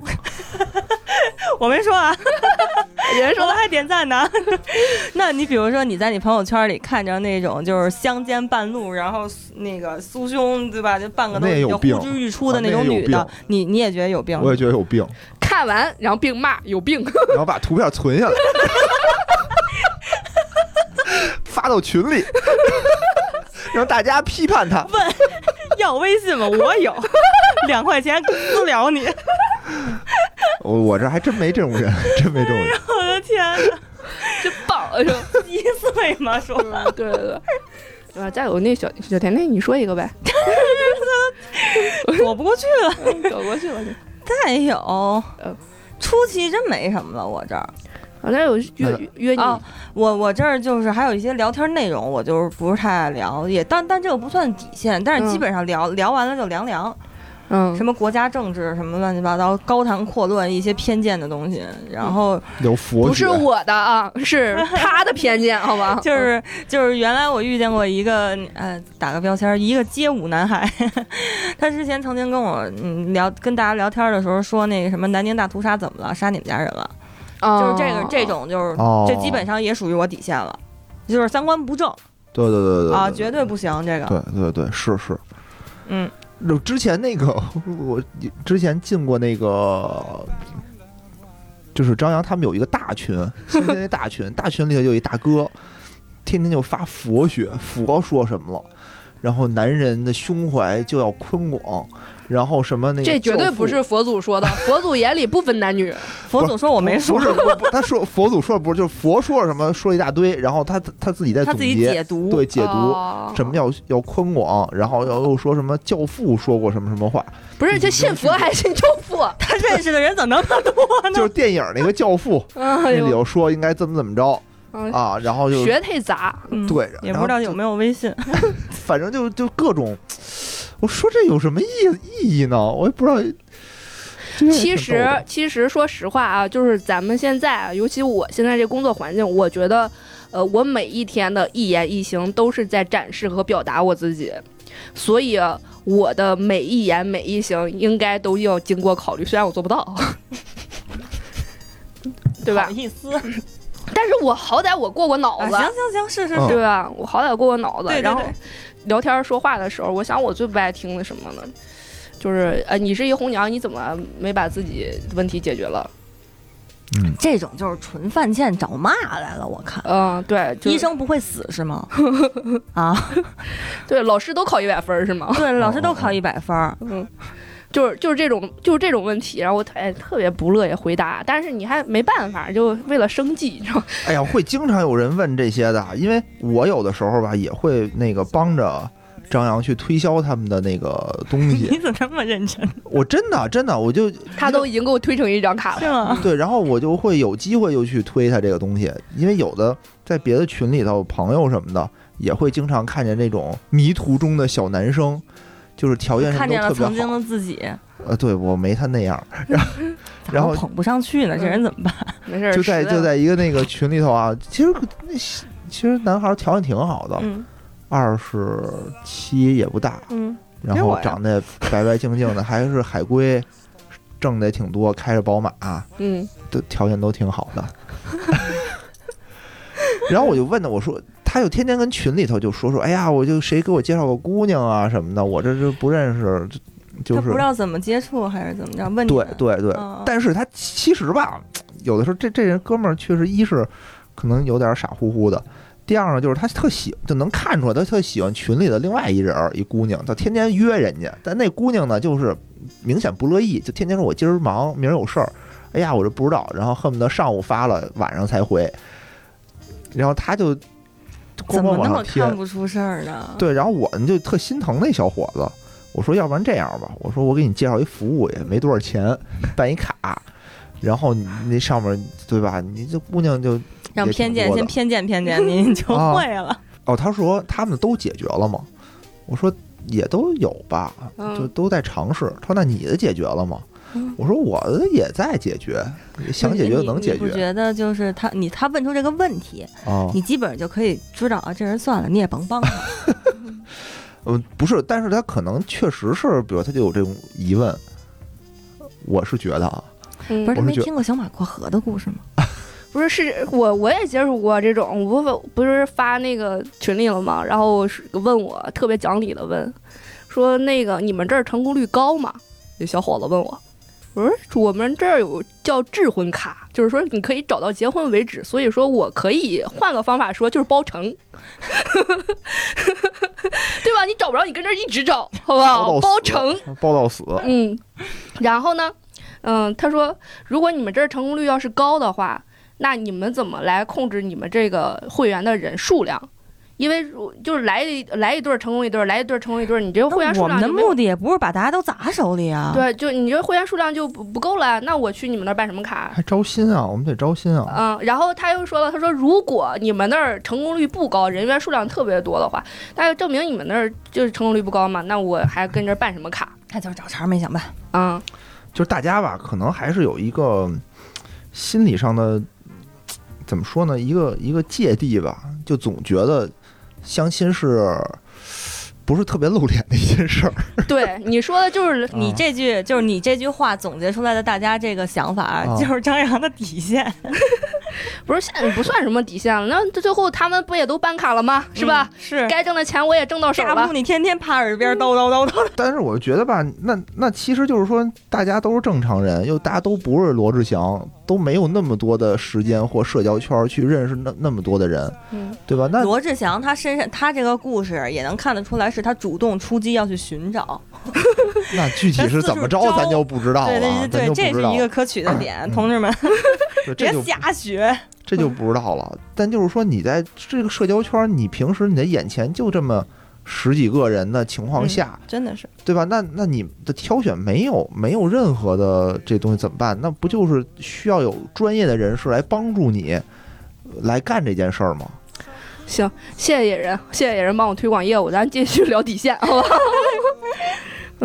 Speaker 2: 我没说 [laughs] 啊，
Speaker 1: 人家说
Speaker 2: 我还点赞呢。 [laughs] 那你比如说你在你朋友圈里看着那种就是相间半路，然后那个酥胸对吧，就半个都
Speaker 3: 那也
Speaker 2: 已
Speaker 3: 有
Speaker 2: 经
Speaker 3: 病
Speaker 2: 呼之欲出的
Speaker 3: 啊
Speaker 2: 那
Speaker 3: 那
Speaker 2: 种
Speaker 3: 也有
Speaker 2: 女的
Speaker 3: 病，
Speaker 2: 你你也觉得有病？
Speaker 3: 我也觉得有病，
Speaker 1: 看完然后并骂有病， [laughs]
Speaker 3: 然后把图片存下来，发到群里，让大家批判他。
Speaker 2: [laughs] 要微信吗？我
Speaker 1: [laughs]
Speaker 2: 有，两块钱私聊你。
Speaker 3: 我我这还真没这种人，真没这
Speaker 1: [laughs]
Speaker 3: 种人。
Speaker 2: 我的天哪，
Speaker 1: 真棒是吧？
Speaker 2: 一岁吗？说
Speaker 1: 嗯对对对。对吧？再有那小小甜甜，你说一个呗，嗯
Speaker 2: 躲不过去了。
Speaker 1: 走过去了就。
Speaker 2: 再有
Speaker 1: 嗯，
Speaker 2: 初期真没什么了，我这儿。
Speaker 1: 反正有约
Speaker 3: 嗯
Speaker 1: 约你，
Speaker 2: 哦，我我这儿就是还有一些聊天内容，我就是不是太爱聊，也但但这个不算底线，但是基
Speaker 1: 嗯
Speaker 2: 本上聊、聊完了就凉凉，
Speaker 1: 嗯
Speaker 2: 什，么国家政治什么乱七八糟，高谈阔论一些偏见的东西，然后
Speaker 3: 有佛
Speaker 1: 不
Speaker 3: 学
Speaker 1: 是，我的啊，是他的偏见，好吧？
Speaker 2: [laughs] 就是、就是原来我遇见过一个呃打个标签儿，一个街舞男孩， [laughs] 他之前曾经跟我嗯聊跟大家聊天的时候说那个什么南京大屠杀怎么了，杀你们家人了，
Speaker 1: 嗯
Speaker 2: 就是这个这，种就是、
Speaker 3: 哦，
Speaker 2: 这基本上也属于我底线了，就是三观不正
Speaker 3: 对对对对对
Speaker 2: 啊，绝对不行这个，
Speaker 3: 对对对，是是。
Speaker 2: 嗯。
Speaker 3: 那之前那个，我之前进过那个，就是张扬他们有一个大群，深圳那大群，大群里头有一大哥，天天就发佛学，佛说什么了，然后男人的胸怀就要宽广，然后什么那个
Speaker 1: 这绝对
Speaker 3: 教父
Speaker 1: 不是佛祖说的，佛祖眼里不分男女。
Speaker 2: 佛祖说我没说
Speaker 3: 不，是不不他说佛祖说的不是，就是佛说了什么说了一大堆，然后他他自己在
Speaker 2: 他
Speaker 3: 总
Speaker 2: 自己
Speaker 3: 结，
Speaker 2: 解读。
Speaker 3: 对解读。
Speaker 1: 哦
Speaker 3: 什么要要宽广，然后要又说什么教父说过什么什么话，
Speaker 1: 不是，这信佛还信教父？
Speaker 2: 他认识的人怎么那么多
Speaker 3: 就
Speaker 2: 呢？
Speaker 3: 是电影那个教父
Speaker 1: 哎
Speaker 3: [laughs] 那里
Speaker 1: 呦，
Speaker 3: 头说应该怎么怎么着
Speaker 1: 嗯
Speaker 3: 啊，然后就
Speaker 1: 学太杂，
Speaker 2: 嗯
Speaker 3: 对
Speaker 2: 也
Speaker 3: 然
Speaker 2: 不
Speaker 3: 后
Speaker 2: 知道
Speaker 3: 就
Speaker 2: 有没有微信。
Speaker 3: 反正就就各种，我说这有什么意意义呢？我也不知道。
Speaker 1: 其实，其实说实话啊，就是咱们现在啊，尤其我现在这工作环境，我觉得，呃，我每一天的一言一行都是在展示和表达我自己，所以啊我的每一言每一行应该都要经过考虑，虽然我做不到， [laughs] 对
Speaker 2: 好
Speaker 1: 吧？
Speaker 2: 意思
Speaker 1: 但是我好歹我过过脑
Speaker 2: 啊，
Speaker 1: 子，
Speaker 2: 行行行，是是
Speaker 3: 嗯
Speaker 2: 是，
Speaker 1: 对吧？我好歹过过脑子，
Speaker 2: 对对
Speaker 1: 然后
Speaker 2: 对
Speaker 1: 聊天说话的时候，我想我最不爱听的什么呢？就是呃，你是一红娘，你怎么没把自己问题解决了？
Speaker 3: 嗯，
Speaker 2: 这种就是纯犯贱找骂来了，我看。
Speaker 1: 嗯，对，就
Speaker 2: 医生不会死是 [laughs] 吗？啊，
Speaker 1: 对老师都考一百分儿是吗？ [laughs]
Speaker 2: 对，老师都
Speaker 3: 哦
Speaker 2: 考一百分儿，
Speaker 1: 嗯，就是就是这种就是这种问题，然后我特哎特别不乐意回答，但是你还没办法，就为了生计，你知道吗？
Speaker 3: 哎呀，会经常有人问这些的，因为我有的时候吧也会那个帮着张扬去推销他们的那个东西，
Speaker 1: [laughs]
Speaker 2: 你怎么那么认真？
Speaker 3: 我真的真的我就
Speaker 1: 他都已经给我推成一张卡
Speaker 2: 是
Speaker 1: 了，
Speaker 2: 吗？
Speaker 3: 对，然后我就会有机会就去推他这个东西，因为有的在别的群里头，朋友什么的也会经常看见那种迷途中的小男生，就是条件什
Speaker 2: 看见
Speaker 3: 么
Speaker 2: 了
Speaker 3: 都特
Speaker 2: 曾
Speaker 3: 别
Speaker 2: 经
Speaker 3: 好。
Speaker 2: 的自己，
Speaker 3: 呃，对我没他那样儿，
Speaker 2: [laughs] 咋
Speaker 3: 然后嗯
Speaker 2: 捧不上去呢？这人怎么办？
Speaker 1: 没事儿，
Speaker 3: 就在
Speaker 1: 实在
Speaker 3: 就在一个那个群里头啊，其实那其实男孩儿条件挺好的，
Speaker 2: 嗯
Speaker 3: 二十七也不大，
Speaker 2: 嗯，
Speaker 3: 然
Speaker 2: 没我
Speaker 3: 后
Speaker 2: 呀
Speaker 3: 长得白白净净的，还是海归，挣的也挺多，开着宝马、啊
Speaker 1: 嗯，
Speaker 3: 都条件都挺好的。 [laughs] 然后我就问他，我说，他就天天跟群里头就说说，哎呀，我就谁给我介绍个姑娘啊什么的，我这这不认识，
Speaker 2: 他
Speaker 3: 就就是
Speaker 2: 不知道怎么接触还是怎么着？问你
Speaker 3: 对
Speaker 2: 呢
Speaker 3: 对对。
Speaker 2: 嗯嗯
Speaker 3: 但是他其实吧，有的时候这这人哥们儿确实一是可能有点傻乎乎的，第二呢就是他特喜就能看出来他特喜欢群里的另外一人儿一姑娘，他天天约人家，但那姑娘呢就是明显不乐意，就天天说我今儿忙，明儿有事儿，哎呀我这不知道，然后恨不得上午发了晚上才回，然后他就咣
Speaker 2: 怎
Speaker 3: 咣
Speaker 2: 么
Speaker 3: 往
Speaker 2: 那
Speaker 3: 上
Speaker 2: 么
Speaker 3: 贴
Speaker 2: 看，不出事儿呢？
Speaker 3: 对，然后我呢就特心疼那小伙子，我说要不然这样吧，我说我给你介绍一服务，也没多少钱，办一卡，然后你那上面对吧？你这姑娘就
Speaker 2: 让
Speaker 3: 也挺
Speaker 2: 偏见
Speaker 3: 多的
Speaker 2: 先偏见偏见，
Speaker 3: [laughs]
Speaker 2: 你就
Speaker 3: 啊
Speaker 2: 会了。
Speaker 3: 哦，他说他们都解决了吗？我说也都有吧，
Speaker 1: 嗯
Speaker 3: 就都在尝试。他说那你的解决了吗？我说我的也在解决，想解决的能
Speaker 2: 嗯
Speaker 3: 解
Speaker 2: 你你不
Speaker 3: 决
Speaker 2: 觉得就是他你他问出这个问题，
Speaker 3: 啊。
Speaker 2: 你基本上就可以知道啊，这人算了，你也甭
Speaker 3: [laughs]
Speaker 2: 帮他。
Speaker 3: 嗯，不是，但是他可能确实是，比如他就有这种疑问，我是觉得啊，
Speaker 1: 嗯
Speaker 2: 不是他
Speaker 3: 我是
Speaker 2: 没
Speaker 3: 觉
Speaker 2: 听过小马过河的故事吗？
Speaker 1: 不是是我我也接触过这种，我不不是发那个群里了吗？然后是问我特别讲理的问，说那个你们这儿成功率高吗？有小伙子问我，我说我们这儿有叫智婚卡，就是说你可以找到结婚为止，所以说我可以换个方法说就是包成， [laughs] 对吧？你找不着，你跟这儿一直找，好不好？
Speaker 2: 哦
Speaker 3: 包到死
Speaker 1: 包成，
Speaker 3: 报
Speaker 2: [laughs]
Speaker 3: 到死，
Speaker 1: 嗯，然后呢，嗯，他说，如果你们这儿成功率要是高的话，那你们怎么来控制你们这个会员的人数量？因为如就是来一来一对儿成功一对儿，来一对儿成功一对儿，你这个会员
Speaker 2: 那我
Speaker 1: 数
Speaker 2: 们
Speaker 1: 量
Speaker 2: 的
Speaker 1: 就没有
Speaker 2: 目的也不是把大家都砸手里啊。，
Speaker 1: 对，就你这会员数量就不不够了，那我去你们那儿办什么卡？
Speaker 3: 还招新啊，我们得招新啊。
Speaker 1: 嗯，然后他又说了，他说如果你们那儿成功率不高，人员数量特别多的话，那就证明你们那儿就是成功率不高嘛，那我还跟这儿办什么卡？
Speaker 2: 他就是找茬儿没想办。
Speaker 1: 嗯，
Speaker 3: 就是大家吧，可能还是有一个嗯心理上的，怎么说呢，一个一个芥蒂吧，就总觉得相亲是不是特别露脸的一件事儿。
Speaker 1: 对，你说的就是
Speaker 2: 你
Speaker 3: 啊
Speaker 2: 这句就是你这句话总结出来的大家这个想法，
Speaker 3: 啊
Speaker 2: 就是张扬的底线，
Speaker 1: 不是现在不算什么底线了，那最后他们不也都办卡了吗？是吧？
Speaker 2: 嗯？是。
Speaker 1: 该挣的钱我也挣到手
Speaker 2: 大
Speaker 1: 了
Speaker 2: 木，。你天天趴耳边叨叨叨叨，
Speaker 3: 但是我觉得吧，那那其实就是说，大家都是正常人，又大家都不是罗志祥，都没有那么多的时间或社交圈儿去认识那那么多的人，
Speaker 1: 嗯，
Speaker 3: 对吧？那
Speaker 2: 罗志祥他身上，他这个故事也能看得出来，是他主动出击要去寻找。
Speaker 3: 那具体是怎么着，咱就不知道
Speaker 2: 对
Speaker 3: 了
Speaker 2: 对
Speaker 3: 啊，咱
Speaker 2: 对对，
Speaker 3: 就不
Speaker 2: 这
Speaker 3: 知
Speaker 2: 是
Speaker 3: 道
Speaker 2: 一
Speaker 3: 了
Speaker 2: 个可取的点，
Speaker 3: 嗯
Speaker 2: 同志们，
Speaker 3: 对这
Speaker 2: 别
Speaker 3: 就
Speaker 2: 瞎学。
Speaker 3: 这就不知道了。但就是说，你在这个社交圈儿，你平时你的眼前就这么十几个人的情况下，
Speaker 2: 真的是，
Speaker 3: 对吧？那那你的挑选没有没有任何的这东西怎么办？那不就是需要有专业的人士来帮助你来干这件事儿吗？
Speaker 1: 行，谢谢野人，谢谢野人帮我推广业务，咱继续聊底线，好吧？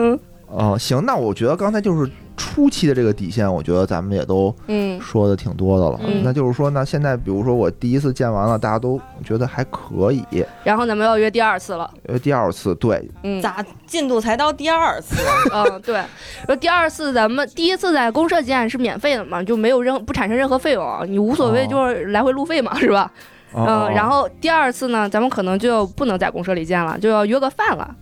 Speaker 1: 嗯
Speaker 3: 呃，行，那我觉得刚才就是初期的这个底线，我觉得咱们也都
Speaker 1: 嗯
Speaker 3: 说的挺多的了。
Speaker 1: 嗯
Speaker 3: 那就是说呢，现在比如说我第一次见完了，大家都觉得还可以，
Speaker 1: 然后咱们要约第二次了，
Speaker 3: 呃，第二次对，
Speaker 1: 嗯，
Speaker 2: 咋进度才到第二次？
Speaker 1: 嗯，对。然后第二次咱们第一次在公社见是免费的嘛，就没有任不产生任何费用，啊你无所谓，
Speaker 3: 哦
Speaker 1: 就是来回路费嘛，是吧？
Speaker 3: 嗯
Speaker 1: 嗯，然后第二次呢，咱们可能就不能在公社里见了，就要约个饭了，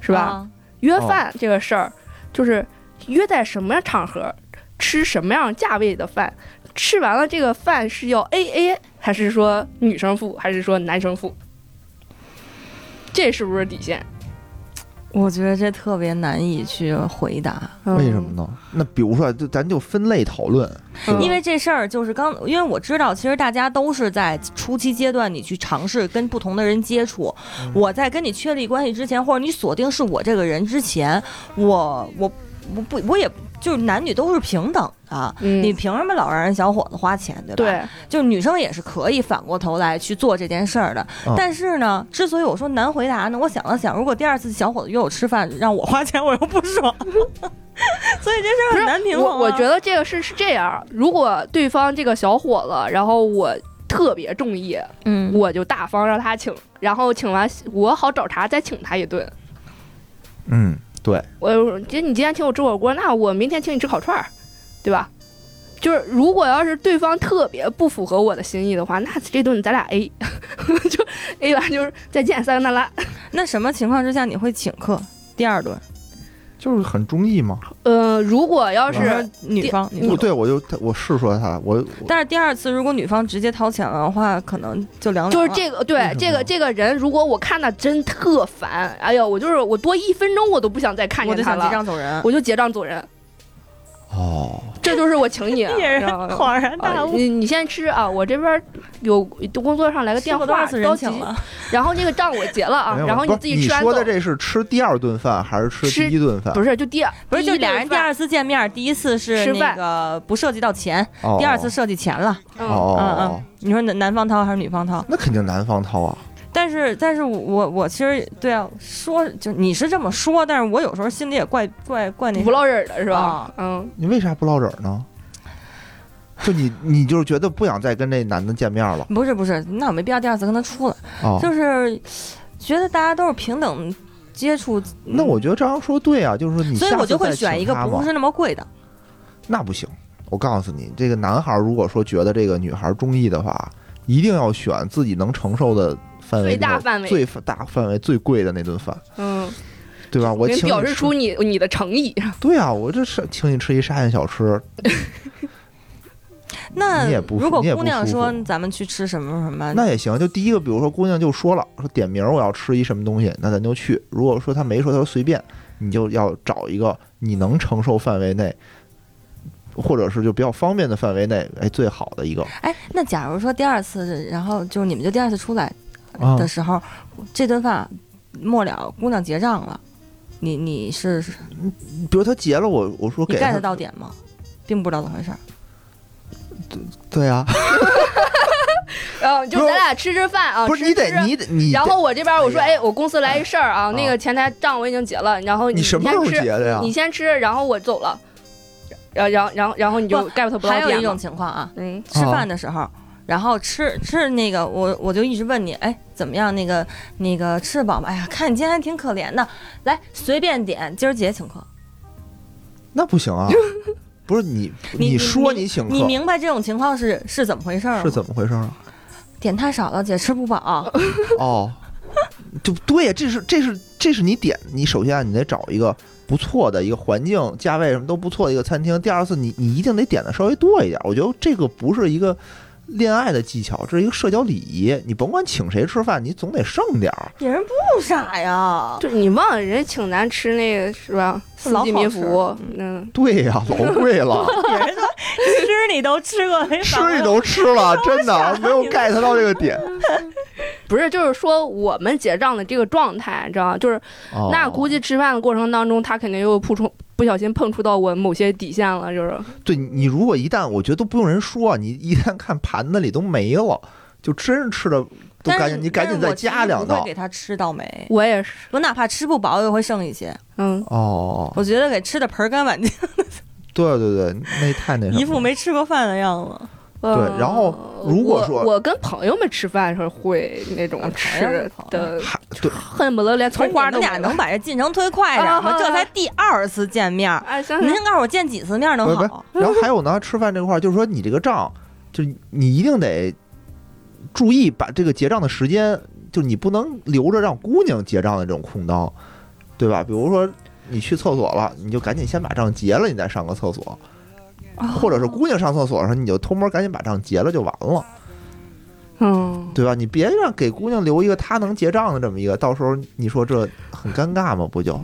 Speaker 1: 是吧？
Speaker 2: 啊？
Speaker 1: 约
Speaker 3: 哦
Speaker 1: 饭这个事儿，就是约在什么场合吃什么样价位的饭，吃完了这个饭是要 A A 还是说女生付还是说男生付？这是不是底线？
Speaker 2: 我觉得这特别难以去回答，
Speaker 3: 为什么呢？那比如说，就咱就分类讨论，
Speaker 1: 嗯？
Speaker 2: 因为这事儿就是刚，因为我知道，其实大家都是在初期阶段，你去尝试跟不同的人接触。
Speaker 1: 嗯
Speaker 2: 我在跟你确立关系之前，或者你锁定是我这个人之前，我我我不我也就是男女都是平等的。
Speaker 1: 嗯
Speaker 2: 你凭什么老让人小伙子花钱，对吧？
Speaker 1: 对，
Speaker 2: 就女生也是可以反过头来去做这件事儿的。
Speaker 3: 嗯
Speaker 2: 但是呢，之所以我说难回答呢，我想了想，如果第二次小伙子约我吃饭，让我花钱，我又不爽， [laughs] 所以这事儿很难平衡啊、
Speaker 1: 我我觉得这个事是这样，如果对方这个小伙子，然后我特别中意，
Speaker 2: 嗯，
Speaker 1: 我就大方让他请，然后请完我好找茬再请他一顿。
Speaker 3: 嗯，对，
Speaker 1: 我今你今天请我吃火锅，那我明天请你吃烤串儿，对吧？就是如果要是对方特别不符合我的心意的话，那这顿咱俩 A，就 [laughs] A 完就是再见塞那拉。
Speaker 2: 那什么情况之下你会请客？第二顿，
Speaker 3: 就是很中意嘛。
Speaker 1: 呃，如果要
Speaker 2: 我说
Speaker 1: 是
Speaker 2: 女方，女
Speaker 3: 我
Speaker 2: 方。
Speaker 3: 对我就我是说他，我我
Speaker 2: 但是第二次如果女方直接掏钱了的话，可能就凉
Speaker 1: 就是
Speaker 2: 了
Speaker 1: 这个
Speaker 3: 为什
Speaker 1: 对
Speaker 3: 么
Speaker 1: 这个这个人，如果我看他真特烦，哎呦，我就是我多一分钟我都不想再看
Speaker 2: 我
Speaker 1: 见
Speaker 2: 就
Speaker 1: 他
Speaker 2: 想结
Speaker 1: 了，
Speaker 2: 账走人。
Speaker 1: 我就结账走人。
Speaker 3: 哦，
Speaker 1: 这就是我
Speaker 2: [laughs]
Speaker 1: 请你、啊，
Speaker 2: 也是
Speaker 1: 知道吗
Speaker 2: 恍然
Speaker 1: 啊
Speaker 2: 大，悟，
Speaker 1: 你你先吃啊，我这边有工作上来个电
Speaker 2: 吃过多
Speaker 1: 话
Speaker 2: 少
Speaker 1: 着
Speaker 2: 次，人
Speaker 1: 急
Speaker 2: 情，了？
Speaker 1: 然后那个账我结了啊
Speaker 3: 没，有
Speaker 1: 然后
Speaker 3: 不
Speaker 1: 你
Speaker 3: 是
Speaker 1: 自己吃完
Speaker 3: 说
Speaker 1: 走
Speaker 3: 的。这是吃第二顿饭还是
Speaker 1: 吃
Speaker 3: 吃第一顿饭？
Speaker 1: 不是，就第二
Speaker 2: 不是，就
Speaker 1: 第一顿
Speaker 2: 俩人第
Speaker 1: 饭
Speaker 2: 二次见面，第一次是
Speaker 1: 吃
Speaker 2: 那
Speaker 1: 饭
Speaker 2: 个不涉及到钱，
Speaker 3: 哦，
Speaker 2: 第二次涉及钱了。
Speaker 3: 哦
Speaker 1: 嗯，
Speaker 3: 哦，
Speaker 2: 嗯
Speaker 3: 哦
Speaker 2: 嗯，你说男男方掏还是女方掏？
Speaker 3: 那肯定男方掏啊。
Speaker 2: 但是，但是我我我其实对啊，说就你是这么说，但是我有时候心里也怪怪怪那
Speaker 1: 不落人儿的是吧
Speaker 2: 啊？
Speaker 1: 嗯，
Speaker 3: 你为啥不落枕呢？就你你就是觉得不想再跟这男的见面了
Speaker 2: 不是不是，那我没必要第二次跟他出来，
Speaker 3: 啊？
Speaker 2: 就是觉得大家都是平等接触。嗯
Speaker 3: 那我觉得张扬说对啊，就是说你
Speaker 2: 所以
Speaker 3: 下
Speaker 2: 我就
Speaker 3: 次
Speaker 2: 会
Speaker 3: 再
Speaker 2: 选
Speaker 3: 请
Speaker 2: 一个
Speaker 3: 他
Speaker 2: 不
Speaker 3: 嘛
Speaker 2: 是那么贵的。
Speaker 3: 那不行。我告诉你，这个男孩如果说觉得这个女孩中意的话，一定要选自己能承受的范围
Speaker 1: 最大
Speaker 3: 内
Speaker 1: 范围
Speaker 3: 最大范围最贵的那顿饭，
Speaker 1: 嗯，
Speaker 3: 对吧？我
Speaker 1: 你
Speaker 3: 请
Speaker 1: 表
Speaker 3: 你
Speaker 1: 示
Speaker 3: 吃
Speaker 1: 出你你的诚意，
Speaker 3: 对啊，我这是请你吃一沙县小吃，
Speaker 2: 那
Speaker 3: 你也不
Speaker 2: 如果
Speaker 3: 你也
Speaker 2: 姑
Speaker 3: 不
Speaker 2: 娘
Speaker 3: 舒
Speaker 2: 说
Speaker 3: 服
Speaker 2: 咱们去吃什么什
Speaker 1: 嗯
Speaker 2: 么，
Speaker 3: 那也行。就第一个，比如说姑娘就说了，说点名我要吃一什么东西，那咱就去。如果说她没说，她说随便，你就要找一个你能承受范围内，或者是就比较方便的范围内，哎，最好的一个。
Speaker 2: 哎，那假如说第二次，然后就是你们就第二次出来
Speaker 3: 啊
Speaker 2: 的时候，这顿饭末了姑娘结账了，你你是
Speaker 3: 比如她结了我，我说
Speaker 2: 你
Speaker 3: 给
Speaker 2: get
Speaker 3: 她，
Speaker 2: 到点吗？并不知道怎么回事儿。
Speaker 3: 对啊，
Speaker 1: 嗯，就
Speaker 3: 不是
Speaker 1: 咱俩吃吃饭啊，
Speaker 3: 不是
Speaker 1: 吃
Speaker 3: 你得
Speaker 1: 吃
Speaker 3: 你得你得
Speaker 1: 然后我这边我说，
Speaker 3: 哎
Speaker 1: 哎，我公司来一事儿啊，
Speaker 3: 啊
Speaker 1: 那个前台账我已经结了，然后
Speaker 3: 你
Speaker 1: 先
Speaker 3: 什么时候
Speaker 1: 吃
Speaker 3: 结啊的呀
Speaker 1: 你先吃，然后我走了，然然然后然后你就
Speaker 2: 不
Speaker 1: get 不到
Speaker 2: 还有
Speaker 1: 点
Speaker 2: 一
Speaker 1: 嘛
Speaker 2: 种情况啊，
Speaker 1: 嗯，
Speaker 2: 吃饭的时候，然后吃吃那个，我我就一直问你，哎，怎么样？那个那个吃得饱吗？哎呀，看你今天还挺可怜的，来随便点，今儿姐请客。
Speaker 3: 那不行啊，不是
Speaker 1: [laughs]
Speaker 3: 你
Speaker 2: 你
Speaker 3: 说
Speaker 2: 你
Speaker 3: 请
Speaker 2: 你
Speaker 3: 客
Speaker 2: 明白这种情况是是怎么回事儿吗？
Speaker 3: 是怎么回事啊？
Speaker 2: 点太少了，姐吃不饱。
Speaker 3: [laughs] 哦，就对呀，这是这是这是你点，你首先啊，你得找一个不错的一个环境、价位什么都不错的一个餐厅。第二次你，你一定得点的稍微多一点。我觉得这个不是一个恋爱的技巧，这是一个社交礼仪。你甭管请谁吃饭，你总得剩点儿。
Speaker 2: 别人不傻呀，
Speaker 1: 就你忘了人家请咱吃那个是吧？四
Speaker 2: 老
Speaker 1: 季
Speaker 2: 好
Speaker 1: 民
Speaker 2: 吃
Speaker 1: 福，嗯，
Speaker 3: 对呀、老
Speaker 1: [laughs]
Speaker 3: 贵了，
Speaker 2: 别人说吃你都吃过没
Speaker 3: 吃
Speaker 2: 饱
Speaker 3: 你都吃了，真的没有 get 到这
Speaker 1: [laughs]
Speaker 3: 个点。
Speaker 1: 不是，就是说我们结账的这个状态，你知道吗？就是
Speaker 3: 哦
Speaker 1: 那估计吃饭的过程当中，他肯定又碰触不小心碰触到我某些底线了，就是
Speaker 3: 对你你啊如果一旦我觉得都不用人说，你一旦看盘子里都没了，就真是吃的都
Speaker 2: 但
Speaker 3: 赶
Speaker 2: 是
Speaker 3: 紧你赶紧
Speaker 2: 但是
Speaker 3: 再
Speaker 2: 我其
Speaker 3: 加
Speaker 2: 实
Speaker 3: 两
Speaker 2: 不会
Speaker 3: 道
Speaker 2: 给。他吃到没。
Speaker 1: 我也是，
Speaker 2: 我哪怕吃不饱，我也会剩一些。
Speaker 1: 嗯，
Speaker 3: 哦，
Speaker 2: 我觉得给吃的盆儿干碗净，
Speaker 3: 哎对对对，那太那什么了。
Speaker 2: 一副没吃过饭的样子。
Speaker 1: 呃
Speaker 3: 然后如果说
Speaker 1: 我我跟朋友们吃饭的时候会那种
Speaker 2: 啊朋友
Speaker 1: 吃
Speaker 2: 朋友
Speaker 1: 的，
Speaker 3: 还对
Speaker 1: 恨不得连葱花都
Speaker 2: 不是你
Speaker 1: 没
Speaker 2: 们俩
Speaker 1: 了
Speaker 2: 能把这进程推快点
Speaker 1: 啊
Speaker 2: 吗？
Speaker 1: 啊
Speaker 2: 这
Speaker 1: 啊
Speaker 2: 才第二次见面儿，
Speaker 1: 哎，行
Speaker 2: 你
Speaker 1: 行，
Speaker 2: 先告诉我见几次面儿能
Speaker 3: 不是
Speaker 2: 好？
Speaker 3: 然后还有呢，吃饭这块儿，就是说你这个账，就你一定得注意把这个结账的时间，就你不能留着让姑娘结账的这种空档，对吧？比如说你去厕所了，你就赶紧先把账结了，你再上个厕所，
Speaker 2: 哦
Speaker 3: 或者是姑娘上厕所的时候，你就偷摸赶紧把账结了就完了，
Speaker 1: 嗯，
Speaker 3: 对吧？你别让给姑娘留一个她能结账的这么一个，到时候你说这很尴尬吗？不就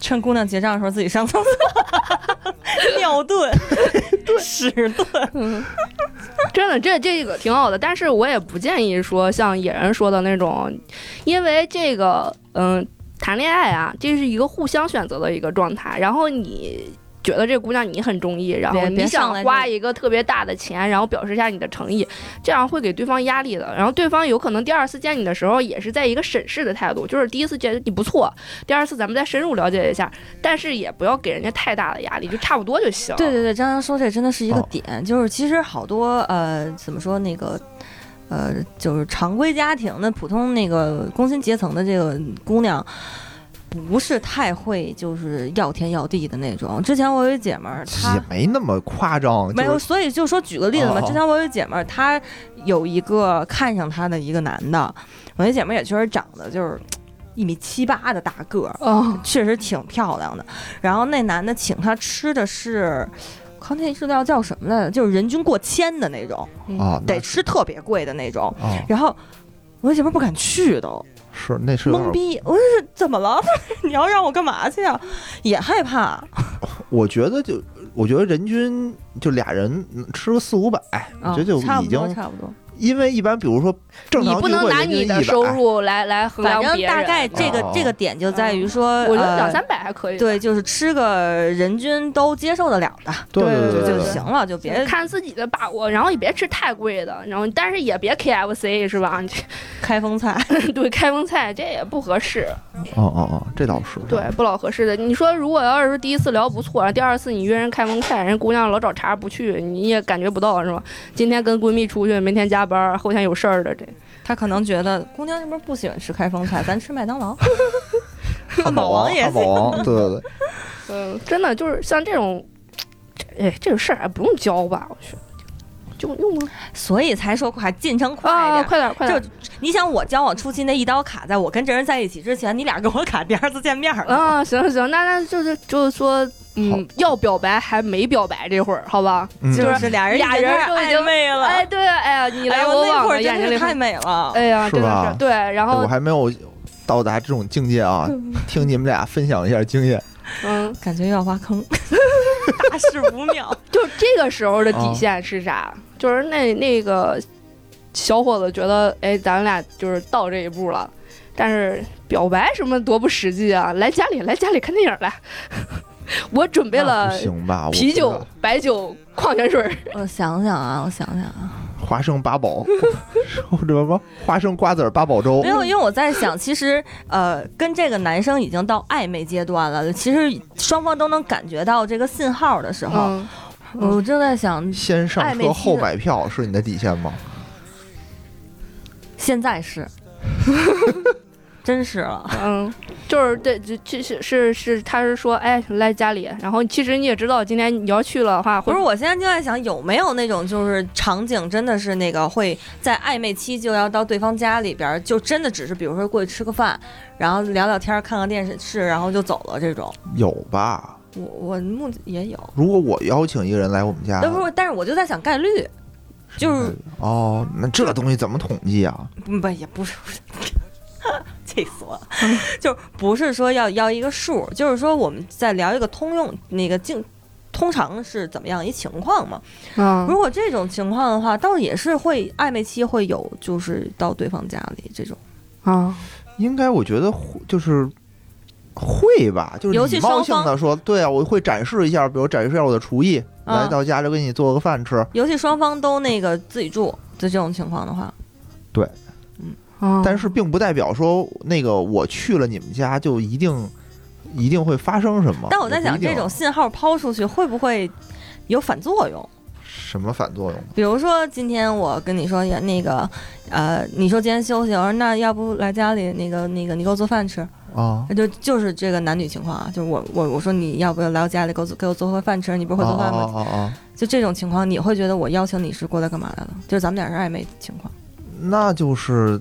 Speaker 2: 趁姑娘结账的时候自己上厕
Speaker 1: [laughs]
Speaker 2: 所，尿遁、屎 [laughs] 遁，
Speaker 1: 真的，这这个挺好的，但是我也不建议说像野人说的那种，因为这个，嗯，谈恋爱啊，这是一个互相选择的一个状态，然后你。觉得这姑娘你很中意，然后
Speaker 2: 别
Speaker 1: 你
Speaker 2: 别上
Speaker 1: 想
Speaker 2: 来就
Speaker 1: 花一个特别大的钱，然后表示一下你的诚意，这样会给对方压力的。然后对方有可能第二次见你的时候也是在一个审视的态度，就是第一次觉得你不错，第二次咱们再深入了解一下，但是也不要给人家太大的压力，就差不多就行。
Speaker 2: 对对对，张张说这真的是一个
Speaker 3: 哦
Speaker 2: 点，就是其实好多呃，怎么说那个。呃，就是常规家庭的普通那个工薪阶层的这个姑娘，不是太会就是要天要地的那种。之前我有一姐们儿，她
Speaker 3: 也没那么夸张，
Speaker 2: 没
Speaker 3: 就
Speaker 2: 有，
Speaker 3: 是
Speaker 2: 所以就说举个例子嘛，
Speaker 3: 哦
Speaker 2: 之前我有姐们儿，她有一个看上她的一个男的，我那姐们儿也确实长得就是一米七八的大个儿，
Speaker 1: 哦，
Speaker 2: 确实挺漂亮的。然后那男的请她吃的是。我靠，那日料叫什么来着？就是人均过千的那种，
Speaker 3: 啊，那
Speaker 2: 得吃特别贵的那种。
Speaker 3: 啊
Speaker 2: 然后我那姐们儿不敢去都，
Speaker 3: 是那是有点
Speaker 2: 懵逼。我就是怎么了？ [laughs] 你要让我干嘛去啊？也害怕。
Speaker 3: 我觉得就，我觉得人均就俩人吃个四五百，我
Speaker 2: 啊
Speaker 3: 觉得就
Speaker 2: 差
Speaker 3: 已
Speaker 2: 不
Speaker 3: 经
Speaker 2: 多，，差不多。
Speaker 3: 因为一般比如说正
Speaker 1: 你
Speaker 3: 常
Speaker 1: 不
Speaker 3: 聚
Speaker 1: 能
Speaker 3: 会
Speaker 1: 拿
Speaker 3: 人均
Speaker 1: 你的
Speaker 3: 100
Speaker 1: 收，入来来衡
Speaker 2: 反
Speaker 1: 量
Speaker 2: 正
Speaker 1: 别人。啊
Speaker 2: 大概这个
Speaker 3: 哦
Speaker 2: 这个点就在于
Speaker 3: 嗯
Speaker 2: 说，
Speaker 1: 我觉得
Speaker 2: 呃
Speaker 1: 两三百还可以。
Speaker 2: 对，，就是吃个人均都接受得了的
Speaker 3: 对
Speaker 1: 对
Speaker 3: 对
Speaker 1: 对
Speaker 2: 就
Speaker 1: 对
Speaker 2: 行了，就别
Speaker 1: 看自己的把握，然后也别吃太贵的，然后但是也别 KFC 是吧？
Speaker 2: 开
Speaker 1: [laughs]
Speaker 2: 封菜。
Speaker 1: 对，开封菜这也不合适，
Speaker 3: 哦哦哦，这倒是
Speaker 1: 对，不老合适的。你说如果要是第一次聊不错，然后第二次你约人开封菜，人姑娘老找茬不去，你也感觉不到是吧？今天跟闺蜜出去，明天加班，后天有事儿的这。
Speaker 2: 他可能觉得姑娘是不是不喜欢吃开封菜，咱吃麦
Speaker 1: [laughs]
Speaker 2: 当劳。
Speaker 3: 汉堡
Speaker 2: 王
Speaker 3: 王，
Speaker 2: 也
Speaker 3: 汉堡王，对对对，
Speaker 1: 嗯，真的就是像这种，哎，这个事儿还不用教吧？我去，就用不
Speaker 2: 所以才说快进程快一
Speaker 1: 啊，
Speaker 2: 点。
Speaker 1: 快点，快点
Speaker 2: 就你想，我交往初期那一刀卡在我跟这人在一起之前，你俩跟我卡第二次见面儿了。
Speaker 1: 啊，行行，那那就是就是说，
Speaker 3: 好
Speaker 1: 嗯，要表白还没表白这会儿，好吧？
Speaker 3: 嗯
Speaker 2: 就
Speaker 1: 就是
Speaker 2: 俩人
Speaker 1: 俩
Speaker 2: 已经
Speaker 1: 人
Speaker 2: 开始
Speaker 1: 都已
Speaker 2: 暧
Speaker 1: 经
Speaker 2: 昧了，
Speaker 1: 哎，对，哎呀，你
Speaker 2: 哎
Speaker 1: 来
Speaker 2: 呦
Speaker 1: 我
Speaker 2: 那
Speaker 1: 往
Speaker 2: 会儿
Speaker 1: 的，眼睛
Speaker 2: 真
Speaker 1: 里
Speaker 2: 是太
Speaker 1: 会，
Speaker 2: 美了。
Speaker 1: 哎呀，
Speaker 3: 是
Speaker 1: 真的
Speaker 3: 吧
Speaker 1: 是对，然
Speaker 3: 哎
Speaker 1: 后
Speaker 3: 我还没有到达这种境界啊，听你们俩分享一下经验，
Speaker 1: 嗯，
Speaker 2: 感觉又要
Speaker 1: [laughs]
Speaker 2: 挖坑，大事不妙。
Speaker 1: 就这个时候的
Speaker 3: 啊
Speaker 1: 底线是啥？就是那那个小伙子觉得，哎，咱俩就是到这一步了，但是表白什么多不实际啊！来家里，来家里看电影来， [laughs] 我准备
Speaker 2: 那
Speaker 1: 了
Speaker 3: 不行吧？我
Speaker 1: 啤
Speaker 3: 不知
Speaker 1: 酒
Speaker 3: 道、
Speaker 1: 白酒、矿泉水儿，
Speaker 2: 我想想啊，我想想啊，
Speaker 3: 花生八宝，什么什么花生瓜子儿八宝粥
Speaker 2: 没，有，因为我在想，其实呃，跟这个男生已经到暧昧阶段了，其实双方都能感觉到这个信号的时
Speaker 3: 啊
Speaker 2: 候，
Speaker 1: 嗯，
Speaker 2: 我正在想，
Speaker 3: 先上
Speaker 2: 暧昧
Speaker 3: 车
Speaker 2: 期
Speaker 3: 后
Speaker 2: 的
Speaker 3: 买票是你的底线吗？
Speaker 2: 现在是， [laughs] 真是了，
Speaker 1: 嗯，就是对，就就是是是，他是说，哎，来家里，然后其实你也知道，今天你要去了的话，
Speaker 2: 不
Speaker 1: 会
Speaker 2: 是，我现在就在想，有没有那种就是场景，真的是那个会在暧昧期就要到对方家里边儿，就真的只是比如说过去吃个饭，然后聊聊天儿，看看电视，然后就走了这种，
Speaker 3: 有吧？
Speaker 2: 我我目也有。
Speaker 3: 如果我邀请一个人来我们家，
Speaker 2: 但不是，但是我就在想概率，就是
Speaker 3: 哦，那这东西怎么统计啊？
Speaker 2: 不也不是， [laughs] 不是气死我了！就不是说要要一个数，就是说我们在聊一个通用那个经，通常是怎么样一情况嘛？
Speaker 1: 嗯
Speaker 3: 啊
Speaker 2: 如果这种情况的话，倒也是会暧昧期会有，就是到对方家里这种，
Speaker 1: 啊，
Speaker 3: 应该我觉得会就是会吧，就是
Speaker 2: 尤其
Speaker 3: 礼貌
Speaker 2: 双
Speaker 3: 性
Speaker 2: 方
Speaker 3: 的说，对啊，我会展示一下，比如展示一下我的厨艺，
Speaker 2: 啊
Speaker 3: 来到家就给你做个饭吃。
Speaker 2: 尤其双方都那个自己住的这种情况的话，
Speaker 1: 哦
Speaker 3: 但是并不代表说那个我去了你们家就一定一定会发生什么。
Speaker 2: 但我在
Speaker 3: 也不
Speaker 2: 想，
Speaker 3: 一定
Speaker 2: 这种信号抛出去会不会有反作用？
Speaker 3: 什么反作用？
Speaker 2: 比如说，今天我跟你说呀那个，呃，你说今天休息，我说那要不来家里那个那个，你给我做饭吃，
Speaker 3: 啊，
Speaker 2: 那就就是这个男女情况啊，就是我我我说你要不要来我家里给我做给我做盒饭吃，你不是会做饭吗？
Speaker 3: 哦哦哦哦，
Speaker 2: 就这种情况，你会觉得我邀请你是过来干嘛来了？就是咱们俩是暧昧情况。
Speaker 3: 那就是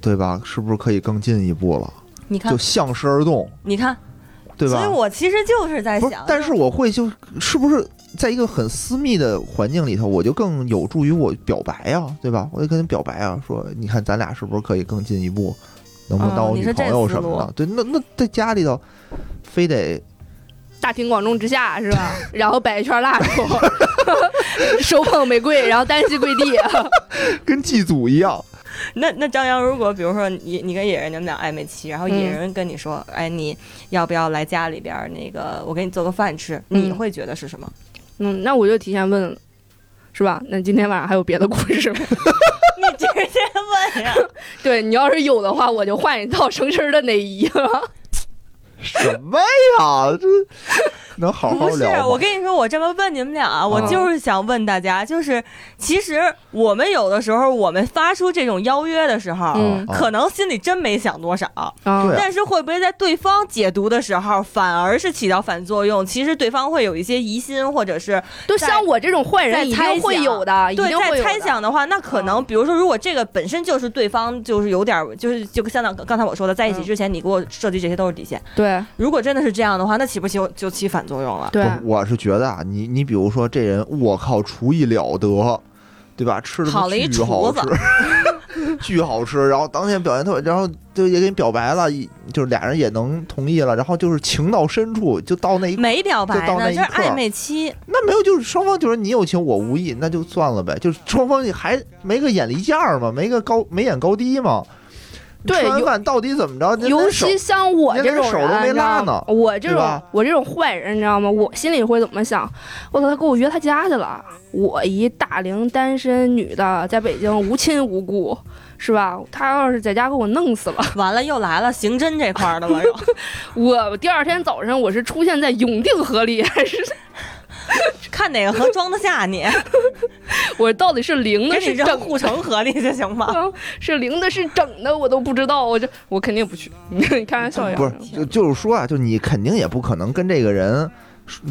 Speaker 3: 对吧？是不是可以更进一步了？
Speaker 2: 你看
Speaker 3: 就，向时而动，
Speaker 2: 你看，
Speaker 3: 对吧？
Speaker 2: 所以我其实就是在
Speaker 3: 不是
Speaker 2: 想，，
Speaker 3: 但是我会就是不是在一个很私密的环境里头，我就更有助于我表白呀、对吧？我就跟你表白啊，说你看咱俩是不是可以更进一步，能不能
Speaker 2: 哦
Speaker 3: 当我
Speaker 2: 你
Speaker 3: 女
Speaker 2: 是这
Speaker 3: 朋友
Speaker 2: 思
Speaker 3: 什么
Speaker 2: 路
Speaker 3: 的？对，那那在家里头，非得
Speaker 1: 大庭广众之下是吧？ [laughs] 然后摆一圈蜡烛， [laughs] 手捧玫瑰，然后单膝跪地。 [laughs]
Speaker 3: 跟祭祖一样，
Speaker 2: 那那张扬，如果比如说你你跟野人你们俩暧昧期，然后野
Speaker 1: 嗯
Speaker 2: 人跟你说，哎，你要不要来家里边儿那个，我给你做个饭吃，
Speaker 1: 嗯
Speaker 2: 你会觉得是什么？ [laughs]
Speaker 1: 嗯，那我就提前问了，是吧？那今天晚上还有别的故事吗？ [laughs]
Speaker 2: 你直接问呀，
Speaker 1: 对你要是有的话，我就换一套成身的内衣 [laughs] 了。
Speaker 3: 什么呀？这能好好
Speaker 2: 不是啊
Speaker 3: 聊，吗？
Speaker 2: 我跟你说，我这么问你们俩啊，我就是想问大家，就是其实我们有的时候，我们发出这种邀约的时候，
Speaker 1: 嗯
Speaker 3: 啊
Speaker 2: 可能心里真没想多少，
Speaker 1: 啊
Speaker 3: 对啊
Speaker 2: 但是会不会在对方解读的时候，反而是起到反作用？其实对方会有一些疑心，或者是
Speaker 1: 就像我这种坏
Speaker 2: 在
Speaker 1: 人，一
Speaker 2: 猜
Speaker 1: 定会
Speaker 2: 想
Speaker 1: 有的，一
Speaker 2: 对
Speaker 1: 定会
Speaker 2: 在
Speaker 1: 有
Speaker 2: 猜
Speaker 1: 的。啊
Speaker 2: 想的话，那可能比如说，如果这个本身就是对方就是有点儿，就是就像刚刚才我说的，在一起
Speaker 1: 嗯
Speaker 2: 之前你给我设计这些都是底线，
Speaker 1: 对
Speaker 2: 如果真的是这样的话，那岂不起就起反作用了？
Speaker 1: 对
Speaker 3: 不是我是觉得啊，你你比如说这人，我靠，厨艺了得，对吧？吃的
Speaker 2: 好了一
Speaker 3: 巨好
Speaker 2: 厨子
Speaker 3: 吃，巨好吃。 [laughs] 然后当天表现特别，然后就也给你表白了，一就是俩人也能同意了，然后就是情到深处，就到那一
Speaker 2: 没表白
Speaker 3: 就到那
Speaker 2: 呢，
Speaker 3: 一
Speaker 2: 这是
Speaker 3: 刻
Speaker 2: 暧昧期，
Speaker 3: 那没有，就是双方就是你有情我无意，那就算了呗，就是双方还没个眼力见儿嘛，没个高眉眼高低嘛。
Speaker 1: 对
Speaker 3: 吃完
Speaker 1: 尤
Speaker 3: 饭到底怎么着？那
Speaker 1: 尤
Speaker 3: 那手
Speaker 1: 其像我
Speaker 3: 人家
Speaker 1: 这种
Speaker 3: 手都
Speaker 1: 人，
Speaker 3: 没
Speaker 1: 你知道
Speaker 3: 拉
Speaker 1: 吗
Speaker 3: 呢
Speaker 1: 我这
Speaker 3: 对
Speaker 1: 种
Speaker 3: 吧
Speaker 1: 我这种坏人，你知道吗？我心里会怎么想？我操，他给我约他家去了！我一大龄单身女的，在北京无亲无故，是吧？他要是在家给我弄死了，
Speaker 2: 完了又来了刑侦这块儿的
Speaker 1: [laughs]
Speaker 2: 了又。
Speaker 1: 我第二天早晨我是出现在永定河里，还是
Speaker 2: 看哪个河装得下
Speaker 1: [laughs]
Speaker 2: 你，
Speaker 1: 我到底是零
Speaker 2: 给
Speaker 1: 的
Speaker 2: 你
Speaker 1: 是
Speaker 2: 扔
Speaker 1: 整
Speaker 2: 护城河里就行
Speaker 1: [laughs]
Speaker 2: 吗？
Speaker 1: 的，是零的是整的，我都不知道，我这我肯定不去。 [laughs] 你开玩笑呀？
Speaker 3: 不是，就就是说啊，就你肯定也不可能跟这个人，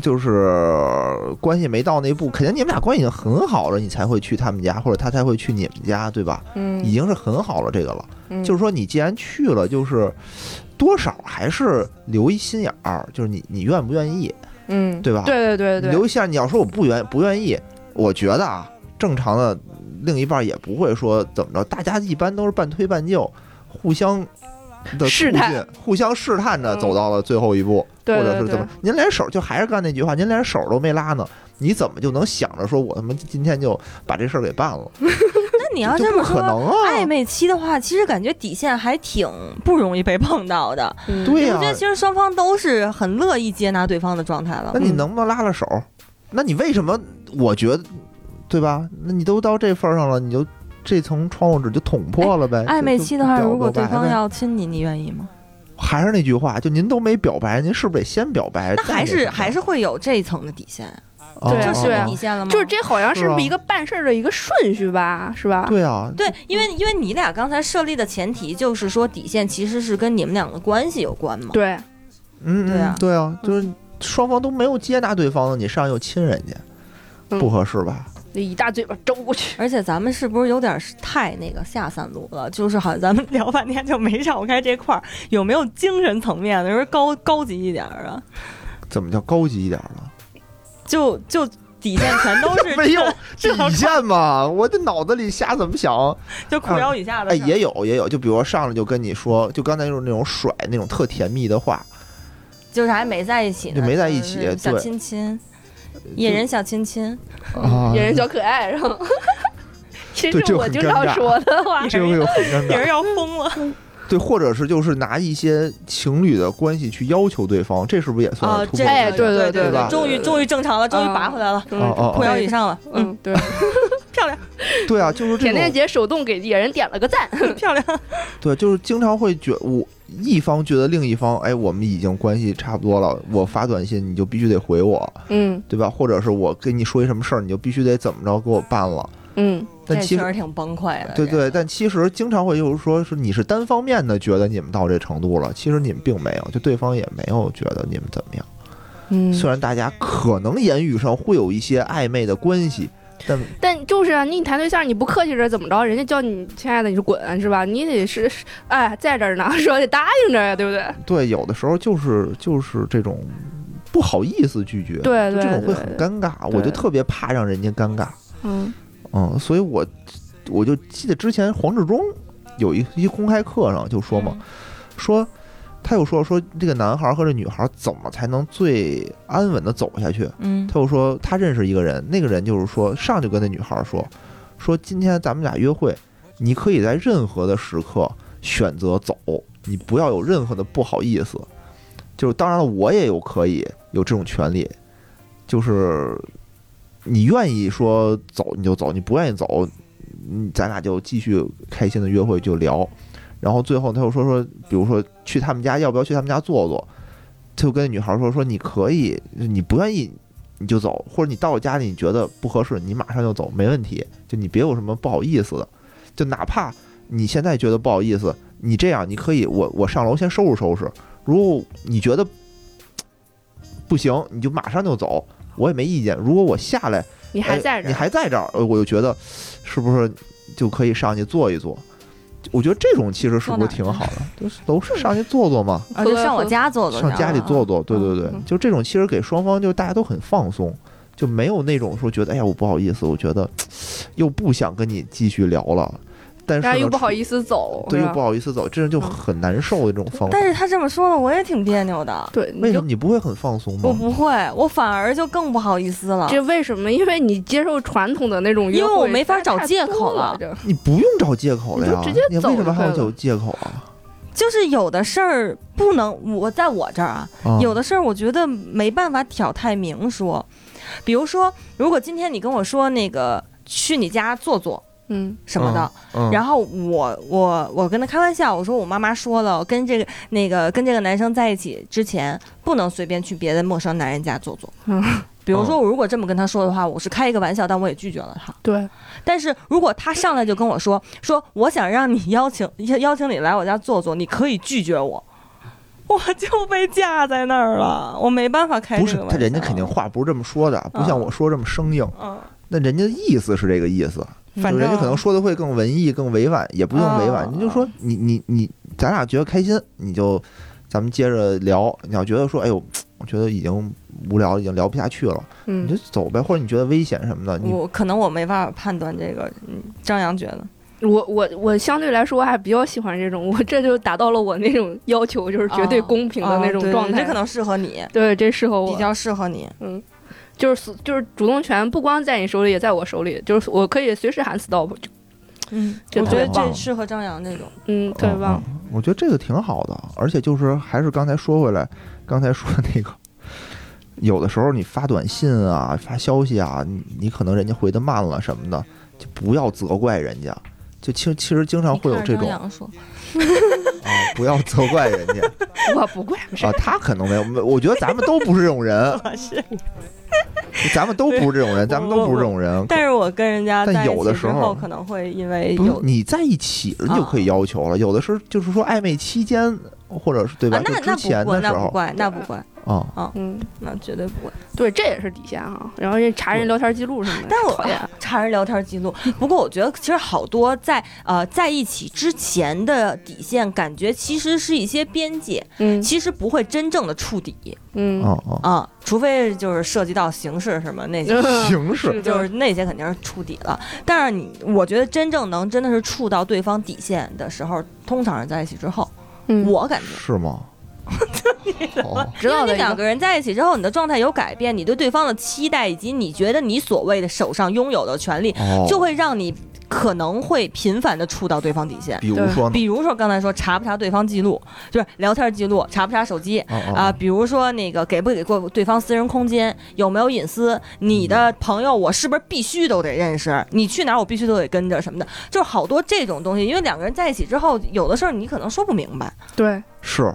Speaker 3: 就是关系没到那一步，肯定你们俩关系已经很好了，你才会去他们家，或者他才会去你们家，对吧？
Speaker 1: 嗯，
Speaker 3: 已经是很好了这个了。
Speaker 1: 嗯
Speaker 3: 就是说，你既然去了，就是多少还是留一心眼儿，就是你你愿不愿意，
Speaker 1: 嗯，
Speaker 3: 对吧？
Speaker 1: 对对对
Speaker 3: 留
Speaker 1: 对，
Speaker 3: 一下。你要说我不愿不愿意，我觉得啊，正常的另一半也不会说怎么着，大家一般都是半推半就，互相的
Speaker 1: 试探
Speaker 3: 促进，互相试探着
Speaker 1: 嗯
Speaker 3: 走到了最后一步，
Speaker 1: 对
Speaker 3: 或者
Speaker 1: 对
Speaker 3: 是
Speaker 1: 对
Speaker 3: 怎么？您连手就还是刚才那句话，您连手都没拉呢。你怎么就能想着说，我他妈今天就把这事儿给
Speaker 1: [laughs]
Speaker 3: 办了？
Speaker 2: 那你要
Speaker 3: 这
Speaker 2: 这
Speaker 3: 不
Speaker 2: 么
Speaker 3: 可
Speaker 2: 说，
Speaker 3: 能啊！
Speaker 1: 哎
Speaker 2: 暧昧期的话，其实感觉底线还挺不容易被碰到的。
Speaker 1: 嗯
Speaker 3: 对
Speaker 2: 我
Speaker 3: 呀、
Speaker 2: 觉得其实双方都是很乐意接纳对方的状态了
Speaker 3: 那。你
Speaker 1: 嗯
Speaker 3: 能不能拉拉手？那你为什么？我觉得，对吧？那你都到这份儿上了，你就这层窗户纸就捅破了呗。
Speaker 2: 哎暧昧期的话，
Speaker 3: 就就
Speaker 2: 如果
Speaker 3: 表
Speaker 2: 对
Speaker 3: 白
Speaker 2: 方
Speaker 3: 呗
Speaker 2: 要亲你，你愿意吗？
Speaker 3: 还是那句话，就您都没表白，您是不是得先表白？
Speaker 2: 那还是还
Speaker 3: 是
Speaker 2: 是会有这一层的底线，
Speaker 1: 对啊
Speaker 2: 这是
Speaker 1: 对
Speaker 3: 哦
Speaker 2: 个
Speaker 1: 啊
Speaker 2: 底线了吗？
Speaker 1: 就是。这好像
Speaker 3: 是
Speaker 1: 是
Speaker 3: 啊
Speaker 1: 一个办事儿的一个顺序吧，是吧？
Speaker 3: 对啊，
Speaker 2: 对，因为因为你俩刚才设立的前提就是说底线其实是跟你们两个关系有关嘛。
Speaker 1: 对
Speaker 3: 嗯，嗯
Speaker 2: 对啊
Speaker 3: 对啊，就是双方都没有接纳对方的，你上又亲人家，
Speaker 1: 嗯
Speaker 3: 不合适吧？
Speaker 1: 那一大嘴巴周过去，
Speaker 2: 而且咱们是不是有点儿太那个下三路了？就是好像咱们聊半天就没绕开这块儿，有没有精神层面的，就是高高级一点儿啊？
Speaker 3: 怎么叫高级一点
Speaker 2: [laughs]
Speaker 3: 了？
Speaker 2: 就就底线全都是
Speaker 3: [laughs] 没有
Speaker 2: 这
Speaker 3: 底线嘛？我这脑子里瞎怎么想？
Speaker 2: 就裤腰以下的
Speaker 3: 哎，
Speaker 2: 事儿。
Speaker 3: 也有也有，就比如上来就跟你说，就刚才就是那种甩那种特甜蜜的话，
Speaker 2: 就是还没在一起呢，
Speaker 3: 就没在一起
Speaker 2: 就是小
Speaker 3: 对呃
Speaker 2: 亲亲，野人小亲亲，
Speaker 3: 啊，
Speaker 1: 野人小可爱，然
Speaker 3: [laughs]
Speaker 1: 后。这
Speaker 3: 对这
Speaker 1: 是我
Speaker 3: 很
Speaker 1: 经
Speaker 3: 尴
Speaker 1: 常
Speaker 3: 尬
Speaker 1: 说
Speaker 3: [laughs]
Speaker 1: 的话，
Speaker 3: 这个很尴
Speaker 2: 野
Speaker 3: 尬。
Speaker 2: 人要疯了
Speaker 3: 对，或者是就是拿一些情侣的关系去要求对方，这是不是也算
Speaker 2: 啊！
Speaker 3: 是突
Speaker 2: 这
Speaker 3: 破？
Speaker 1: 哎
Speaker 2: 个
Speaker 1: 对
Speaker 2: 对
Speaker 1: 对
Speaker 3: 对吧
Speaker 2: 终于终于正常了，终于
Speaker 1: 嗯
Speaker 2: 拔回来了，
Speaker 1: 嗯
Speaker 3: 哦哦
Speaker 2: 裤腰以上了，嗯，
Speaker 1: 嗯，对，
Speaker 2: 漂亮，
Speaker 3: 对啊，就是这
Speaker 1: 甜甜
Speaker 3: 种，
Speaker 1: 姐手动给野人点了个赞，
Speaker 2: [laughs] 漂亮，
Speaker 3: 对，就是经常会觉我一方觉得另一方，哎，我们已经关系差不多了，我发短信你就必须得回我，
Speaker 1: [laughs] 嗯
Speaker 3: 对吧？或者是我跟你说一什么事儿，你就必须得怎么着给我办了。
Speaker 1: 嗯，
Speaker 3: 但其实，
Speaker 2: 实挺崩溃的
Speaker 3: 对对，但其实经常会就是说是你是单方面的觉得你们到这程度了，其实你们并没有，就对方也没有觉得你们怎么样。
Speaker 1: 嗯
Speaker 3: 虽然大家可能言语上会有一些暧昧的关系，但
Speaker 1: 但就是啊，你谈对象你不客气着怎么着？人家叫你亲爱的，你就滚是吧？你得是是哎，在这儿呢，说得答应着呀，对不对？
Speaker 3: 对有的时候就是就是这种不好意思拒绝，
Speaker 1: 对
Speaker 3: 就
Speaker 1: 对
Speaker 3: 这种会
Speaker 1: 对
Speaker 3: 很
Speaker 1: 对，
Speaker 3: 尴尬，我就特别怕让人家尴尬，
Speaker 1: 嗯
Speaker 3: 嗯，所以我我就记得之前黄志忠有一一公开课上就说嘛，
Speaker 1: 嗯
Speaker 3: 说他又说说这个男孩和这女孩怎么才能最安稳的走下去，
Speaker 2: 嗯，
Speaker 3: 他又说他认识一个人，那个人就是说上去跟那女孩说，说今天咱们俩约会，你可以在任何的时刻选择走，你不要有任何的不好意思。就是当然了，我也有可以有这种权利，就是你愿意说走你就走，你不愿意走，嗯，咱俩就继续开心的约会就聊。然后最后他又说说，比如说去他们家，要不要去他们家坐坐？他就跟女孩说说你可以，你不愿意你就走，或者你到我家里你觉得不合适，你马上就走，没问题。就你别有什么不好意思的，就哪怕你现在觉得不好意思，你这样你可以，我我上楼先收拾收拾。如果你觉得嘖不行，你就马上就走，我也没意见。如果我下来，
Speaker 1: 你还在这
Speaker 3: 哎
Speaker 1: 儿，
Speaker 3: 你还在这儿，呃我就觉得是不是就可以上去坐一坐？我觉得这种其实是不是挺好的？就是楼上去坐坐嘛，
Speaker 2: 啊，就上我家坐坐，
Speaker 3: 上家里
Speaker 2: 啊
Speaker 3: 坐，坐，对对对
Speaker 1: 嗯，
Speaker 3: 就这种其实给双方就大家都很放松，就没有那种说觉得哎呀我不好意思，我觉得嘖又不想跟你继续聊了，但
Speaker 1: 然
Speaker 3: 是
Speaker 1: 后又
Speaker 3: 呢
Speaker 1: 不好
Speaker 3: 出
Speaker 1: 意思走，
Speaker 3: 对
Speaker 1: 是
Speaker 3: 又
Speaker 1: 吧
Speaker 3: 不好意思走，这就
Speaker 1: 嗯
Speaker 3: 很难受的这种方法
Speaker 2: 但。是他这么说的，我也挺别扭的。
Speaker 1: 对，你
Speaker 3: 为什
Speaker 1: 就
Speaker 3: 么你不会很放松
Speaker 2: 我
Speaker 3: 吗？
Speaker 2: 不会，我反而就更不好意思了。
Speaker 1: 这为什么？因为你接受传统的那种约
Speaker 2: 因为
Speaker 1: 会
Speaker 2: 我没法
Speaker 1: 太
Speaker 2: 找
Speaker 1: 太
Speaker 2: 借
Speaker 1: 多
Speaker 2: 口
Speaker 1: 了
Speaker 2: 了，
Speaker 1: 这
Speaker 3: 你不用找借口了
Speaker 1: 你就
Speaker 3: 呀
Speaker 1: 直接，
Speaker 3: 你为
Speaker 1: 走
Speaker 3: 什么
Speaker 1: 就
Speaker 3: 还要
Speaker 1: 可以了
Speaker 3: 找借口啊？
Speaker 2: 就是有的事儿不能，我在我这儿啊，
Speaker 3: 啊
Speaker 2: 有的事儿我觉得没办法挑太明说。比如说，如果今天你跟我说那个去你家坐坐
Speaker 1: 嗯
Speaker 2: 什么的，，
Speaker 3: 嗯嗯
Speaker 2: 然后我我我跟他开玩笑，我说我妈妈说了，跟这个那个跟这个男生在一起之前，不能随便去别的陌生男人家坐坐。
Speaker 1: 嗯，
Speaker 2: 比如说，我如果这么跟他说的话，我是开一个玩笑，但我也拒绝了他。
Speaker 1: 对，
Speaker 2: 但是如果他上来就跟我说说我想让你邀请邀邀请你来我家坐坐，你可以拒绝我，我就被架在那儿了，我没办法开
Speaker 3: 不
Speaker 2: 这
Speaker 3: 是
Speaker 2: 个玩
Speaker 3: 他
Speaker 2: 笑。
Speaker 3: 人家肯定话不是这么说的，
Speaker 1: 嗯
Speaker 3: 不像我说这么生硬，
Speaker 2: 嗯，
Speaker 3: 那人家的意思是这个意思，
Speaker 2: 反
Speaker 3: 就
Speaker 2: 正
Speaker 3: 人家可能说的会更文艺、更委婉，也不用委婉，
Speaker 2: 哦
Speaker 3: 你就说你你你，咱俩觉得开心，你就咱们接着聊。你要觉得说，哎呦，我觉得已经无聊，已经聊不下去了，你就
Speaker 1: 嗯，
Speaker 3: 走呗，或者你觉得危险什么的，你
Speaker 2: 我可能我没办法判断这个。嗯，张扬觉得
Speaker 1: 我我我相对来说还比较喜欢这种，我这就达到了我那种要求，就是绝对
Speaker 2: 啊
Speaker 1: 公平的那
Speaker 2: 啊
Speaker 1: 种
Speaker 2: 对
Speaker 1: 状态。
Speaker 2: 这可能适合你，
Speaker 1: 对，这适合我
Speaker 2: 比较适合你。
Speaker 1: 就是所就是主动权不光在你手里，也在我手里，就是我可以随时喊 stop 就。
Speaker 2: 嗯，
Speaker 1: 这
Speaker 2: 我觉得
Speaker 3: 特别
Speaker 2: 这
Speaker 3: 棒
Speaker 2: 适合张扬这种。
Speaker 1: 嗯，特别
Speaker 3: 嗯
Speaker 1: 棒。
Speaker 3: 嗯我觉得这个挺好的，而且就是还是刚才说回来，刚才说那个，有的时候你发短信啊、发消息啊，你你可能人家回的慢了什么的，就不要责怪人家。就其实其实经常会有
Speaker 2: 你看
Speaker 3: 这
Speaker 2: 着
Speaker 3: 种
Speaker 2: 张
Speaker 3: 啊，
Speaker 2: 扬说，
Speaker 3: 不要责怪人家。
Speaker 1: [laughs] 我不怪，没事
Speaker 3: 啊，他可能没有，没我觉得咱们都不是这种人，
Speaker 2: [laughs] 我是，
Speaker 3: 咱们都不是这种人，咱们都不是这种人。
Speaker 2: 但是我跟人家
Speaker 3: 但
Speaker 2: 在一
Speaker 3: 有的
Speaker 2: 起
Speaker 3: 时
Speaker 2: 之
Speaker 3: 候
Speaker 2: 后，可能会因为
Speaker 3: 不是
Speaker 2: 有啊
Speaker 3: 你在一起人就可以要求了，有的是就是说暧昧期间，或者是对吧？
Speaker 2: 啊，那
Speaker 3: 就
Speaker 2: 那
Speaker 3: 之前
Speaker 2: 不
Speaker 3: 的时
Speaker 2: 那不
Speaker 3: 候
Speaker 2: 怪，那不怪，
Speaker 3: 啊，
Speaker 1: 嗯，
Speaker 2: 那绝对不怪。
Speaker 1: 对，这也是底线啊。然后人查人聊天记录什么的，
Speaker 2: 但我
Speaker 1: 讨
Speaker 2: [laughs]
Speaker 1: 厌。
Speaker 2: 查人聊天记录。 [laughs] 不过我觉得其实好多在呃在一起之前的底线，感觉其实是一些边界，
Speaker 1: 嗯
Speaker 2: 其实不会真正的触底
Speaker 1: 嗯，
Speaker 3: 啊啊，
Speaker 2: 啊，除非就是涉及到刑事什么那些。
Speaker 1: 嗯
Speaker 3: [laughs]
Speaker 1: [laughs]
Speaker 3: 形式
Speaker 1: 是的
Speaker 2: 就是那些肯定是触底了，但是你，我觉得真正能真的是触到对方底线的时候，通常是在一起之后。
Speaker 1: 嗯
Speaker 2: 我感觉，
Speaker 3: 是
Speaker 2: [laughs]
Speaker 3: 吗？哦好，
Speaker 1: 知道
Speaker 2: 因为
Speaker 1: 的
Speaker 2: 你两
Speaker 1: 一
Speaker 2: 个
Speaker 1: 个。
Speaker 2: 人在一起之后，你的状态有改变，你对对方的期待以及你觉得你所谓的手上拥有的权利，
Speaker 3: 哦，
Speaker 2: 就会让你可能会频繁的触到对方底线。
Speaker 3: 比如
Speaker 1: 对
Speaker 3: 说呢？
Speaker 2: 比如说刚才说查不查对方记录，就是聊天记录，查不查手机
Speaker 3: 啊
Speaker 2: 啊、比如说那个给不给过对方私人空间，有没有隐私，你的朋友我是不是必须都得认识？你去哪儿我必须都得跟着什么的，就是好多这种东西。因为两个人在一起之后，有的事儿你可能说不明白。
Speaker 1: 对，
Speaker 3: 是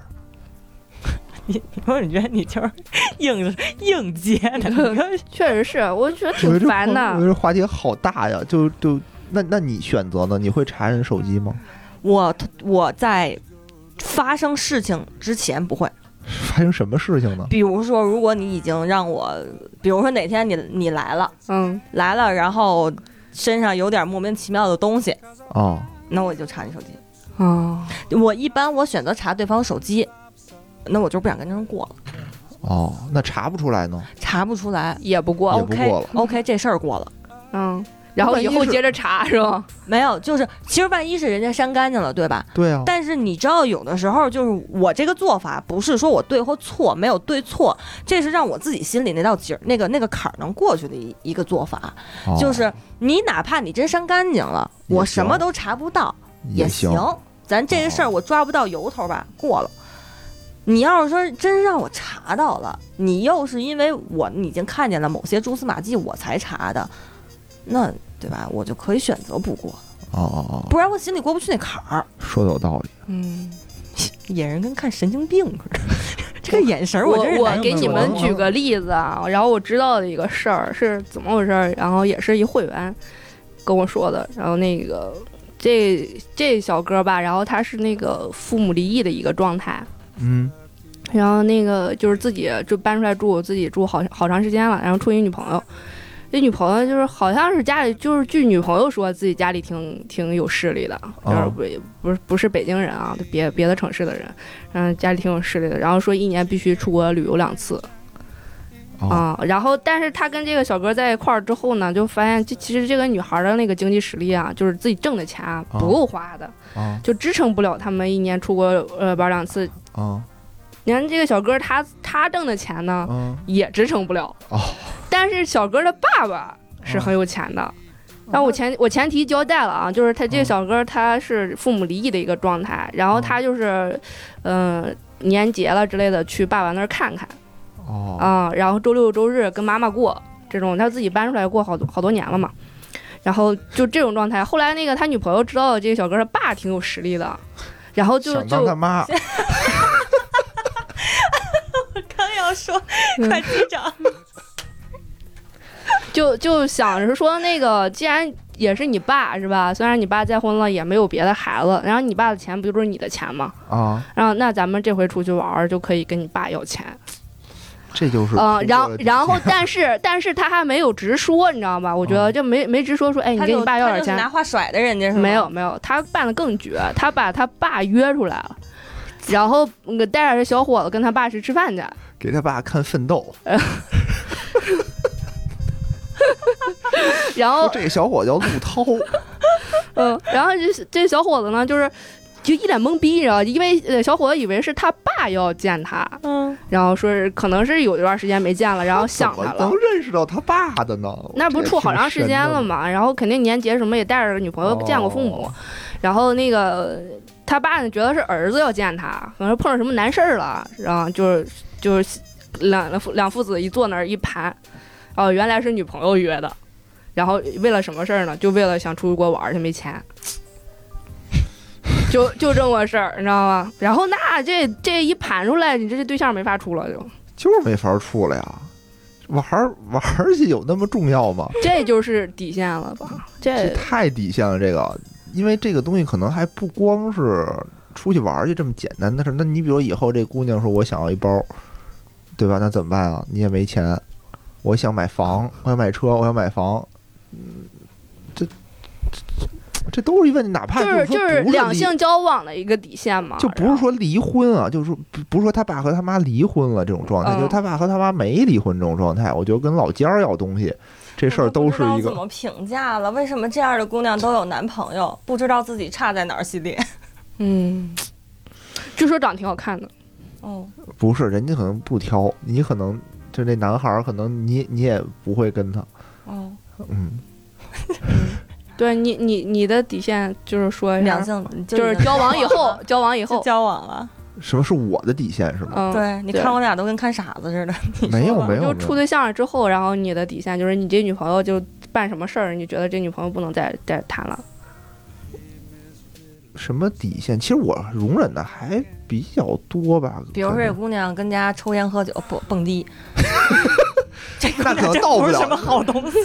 Speaker 2: 你说你觉得你就是硬 [laughs] 硬接的，你看
Speaker 1: 确实是，我觉得
Speaker 3: 我觉
Speaker 1: 挺
Speaker 3: 得这
Speaker 1: 烦
Speaker 3: 我觉
Speaker 1: 的。
Speaker 3: 得这话题好大呀，就就那那你选择呢？你会查人手机吗？
Speaker 2: [laughs]
Speaker 3: [laughs]
Speaker 2: 我我在发生事情之前不会。
Speaker 3: 发生什么事情呢？
Speaker 2: 比如说，如果你已经让我，比如说哪天你你来了
Speaker 1: 嗯，
Speaker 2: 来了，然后身上有点莫名其妙的东西，
Speaker 3: 啊，
Speaker 2: 那我就查你手机。
Speaker 1: 哦，
Speaker 2: 我一般我选择查对方手机，那我就不想跟这人过了，
Speaker 3: 哦，那查不出来呢，
Speaker 2: 查不出来。
Speaker 1: 也不过，
Speaker 3: 也不
Speaker 2: OK
Speaker 3: 过了
Speaker 2: OK，这事儿过了。
Speaker 1: 嗯，然后以后接着查是吧？
Speaker 2: [laughs] 没有，就是其实万一是人家删干净了，对吧？
Speaker 3: 对啊，
Speaker 2: 但是你知道，有的时候就是我这个做法不是说我对或错，没有对错，这是让我自己心里那道劲儿、那个那个坎儿能过去的一一个做法。
Speaker 3: 哦
Speaker 2: 就是你哪怕你真删干净了，
Speaker 3: 也
Speaker 2: 我什
Speaker 3: 行
Speaker 2: 么都查不到也
Speaker 3: 行，哦
Speaker 2: 咱这个事儿我抓不到由头吧，过了。你要是说真让我查到了，你又是因为我已经看见了某些蛛丝马迹我才查的，那对吧？我就可以选择不过，
Speaker 3: 哦哦哦，
Speaker 2: 不然我心里过不去那坎儿。
Speaker 3: 说的有道理，
Speaker 1: 嗯，
Speaker 2: 演人跟看神经病似的，
Speaker 3: [laughs]
Speaker 2: 这个眼神儿
Speaker 1: 我
Speaker 2: 真是
Speaker 1: 我
Speaker 2: 难以
Speaker 1: 给你
Speaker 2: 形
Speaker 1: 们
Speaker 2: 容
Speaker 1: 举个例子啊，然后我知道的一个事儿是怎么回事儿，然后也是一会员跟我说的，然后那个这这小哥吧，然后他是那个父母离异的一个状态，
Speaker 3: 嗯，
Speaker 1: 然后那个就是自己就搬出来住，自己住好好长时间了，然后处一女朋友。这女朋友就是好像是家里，就是据女朋友说自己家里挺挺有势力的，就是
Speaker 3: 哦
Speaker 1: 不不是不是北京人啊，就别别的城市的人，嗯，家里挺有势力的。然后说一年必须出国旅游两次
Speaker 3: 哦
Speaker 1: 啊、然后但是他跟这个小哥在一块儿之后呢，就发现这其实这个女孩的那个经济实力啊，就是自己挣的钱啊
Speaker 3: 哦
Speaker 1: 不够花的，
Speaker 3: 啊
Speaker 1: 就支撑不了他们一年出国呃玩两次。
Speaker 3: 啊
Speaker 1: 你看这个小哥他他挣的钱呢，
Speaker 3: 啊
Speaker 1: 也支撑不了。
Speaker 3: 哦，
Speaker 1: 但是小哥的爸爸是很有钱的。
Speaker 3: 哦
Speaker 1: 但我前我前提交代了啊，就是他这个小哥他是父母离异的一个状态，然后
Speaker 3: 哦
Speaker 1: 他就是，嗯、年节了之类的去爸爸那儿看看
Speaker 3: 哦
Speaker 1: 啊、然后周六周日跟妈妈过这种，他自己搬出来过好多好多年了嘛，然后就这种状态。后来那个他女朋友知道这个小哥他爸挺有实力的，然后就
Speaker 3: 想当
Speaker 1: 就
Speaker 3: 他妈，
Speaker 2: [laughs] 刚要说，
Speaker 1: 嗯
Speaker 2: 快击掌。
Speaker 1: 就就想着说，那个既然也是你爸是吧？虽然你爸再婚了，也没有别的孩子，然后你爸的钱不就是你的钱吗？
Speaker 3: 啊，
Speaker 1: 然后那咱们这回出去玩儿就可以跟你爸要钱，
Speaker 3: 这就是
Speaker 1: 嗯，然后
Speaker 3: 突破了底线
Speaker 1: 然后但是但是他还没有直说，你知道吧？我觉
Speaker 3: 嗯
Speaker 1: 得就没没直说说，哎，你
Speaker 2: 他
Speaker 1: 跟
Speaker 2: 就
Speaker 1: 你爸要
Speaker 2: 他
Speaker 1: 点
Speaker 2: 就是拿
Speaker 1: 钱，
Speaker 2: 话甩的人家是吗？
Speaker 1: 没有，没有，他办的更绝，他把他爸约出来了，然后那个带着这小伙子跟他爸去吃饭去，
Speaker 3: 给他爸看《奋斗
Speaker 1: 然》，后
Speaker 3: 说这小伙叫陆
Speaker 1: [laughs]
Speaker 3: 涛，
Speaker 1: 嗯，然后这这小伙子呢，就是就一脸懵逼，你知道吗，因为呃小伙子以为是他爸要见他，
Speaker 2: 嗯，
Speaker 1: 然后说是可能是有一段时间没见了，然后
Speaker 3: 怎
Speaker 1: 想他
Speaker 3: 么
Speaker 1: 了
Speaker 3: 能。认识到他爸的呢？
Speaker 1: 那不是处好长时间了
Speaker 3: 吗？
Speaker 1: 嘛，然后肯定年节什么也带着个女朋友见过父母，
Speaker 3: 哦
Speaker 1: 然后那个他爸呢觉得是儿子要见他，可能是碰上什么难事儿了，然后就是就是两两父两父子一坐那儿一盘，哦、原来是女朋友约的，然后为了什么事儿呢？就为了想出国玩儿去，没钱。 [laughs] 就就这么个事儿，你知道吗？然后那这这一盘出来，你这对象没法处了就，
Speaker 3: 就是没法处了呀。玩儿玩儿去有那么重要吗？
Speaker 1: 这就是底线了吧？
Speaker 3: 这
Speaker 1: 这
Speaker 3: 太底线了，这个，因为这个东西可能还不光是出去玩儿去这么简单的事儿。那你比如以后这姑娘说我想要一包，对吧？那怎么办啊？你也没钱，我想买房，我想买车，我想买房，嗯，这这这都是一问题，哪怕
Speaker 1: 就是是
Speaker 3: 说
Speaker 1: 就是
Speaker 3: 不是
Speaker 1: 两
Speaker 3: 离
Speaker 1: 性交往的一个底线嘛，
Speaker 3: 就不是说离婚啊，就是说不不是说他爸和他妈离婚了这种状态，
Speaker 1: 嗯
Speaker 3: 就是他爸和他妈没离婚这种状态。我觉得跟老家儿要东西这事儿都是
Speaker 2: 我
Speaker 3: 一
Speaker 2: 不知道
Speaker 3: 个
Speaker 2: 怎么评价了？为什么这样的姑娘都有男朋友？不知道自己差在哪儿系
Speaker 3: [laughs]
Speaker 2: 列。
Speaker 1: 嗯，据说长得挺好看的，
Speaker 2: 哦，
Speaker 3: 不是人家可能不挑，你可能就那嗯男孩儿可能你你也不会跟他，
Speaker 2: 哦，
Speaker 3: 嗯，
Speaker 1: 对你你你的底线就是说一下
Speaker 2: 两，性
Speaker 1: 就是
Speaker 2: 已经
Speaker 1: 交往以
Speaker 2: [laughs]
Speaker 1: 后，交往以
Speaker 2: 就
Speaker 1: 后，
Speaker 2: 交往了。
Speaker 3: 什么是我的底线是吗？
Speaker 1: 嗯，
Speaker 2: 对，你
Speaker 1: 对
Speaker 2: 看我俩都跟看傻子似的。哦 [laughs] 你
Speaker 3: 没有
Speaker 2: 说吧
Speaker 3: 没有
Speaker 1: 就
Speaker 3: 没有
Speaker 1: 处对象了之后，然后你的底线就是你这女朋友就办什么事儿，你觉得这女朋友不能再再谈了。
Speaker 3: 什么底线？其实我容忍的还比较多吧。
Speaker 2: 比如
Speaker 3: 可
Speaker 2: 说这
Speaker 3: 能
Speaker 2: 姑娘跟家抽烟喝酒蹦蹦迪，
Speaker 3: [laughs]
Speaker 2: 这姑
Speaker 3: 那可
Speaker 2: 娘
Speaker 3: 能
Speaker 2: 真
Speaker 3: 到
Speaker 2: 不
Speaker 3: 不
Speaker 2: 是
Speaker 3: 了
Speaker 2: 什么好东
Speaker 3: [laughs]
Speaker 2: 西，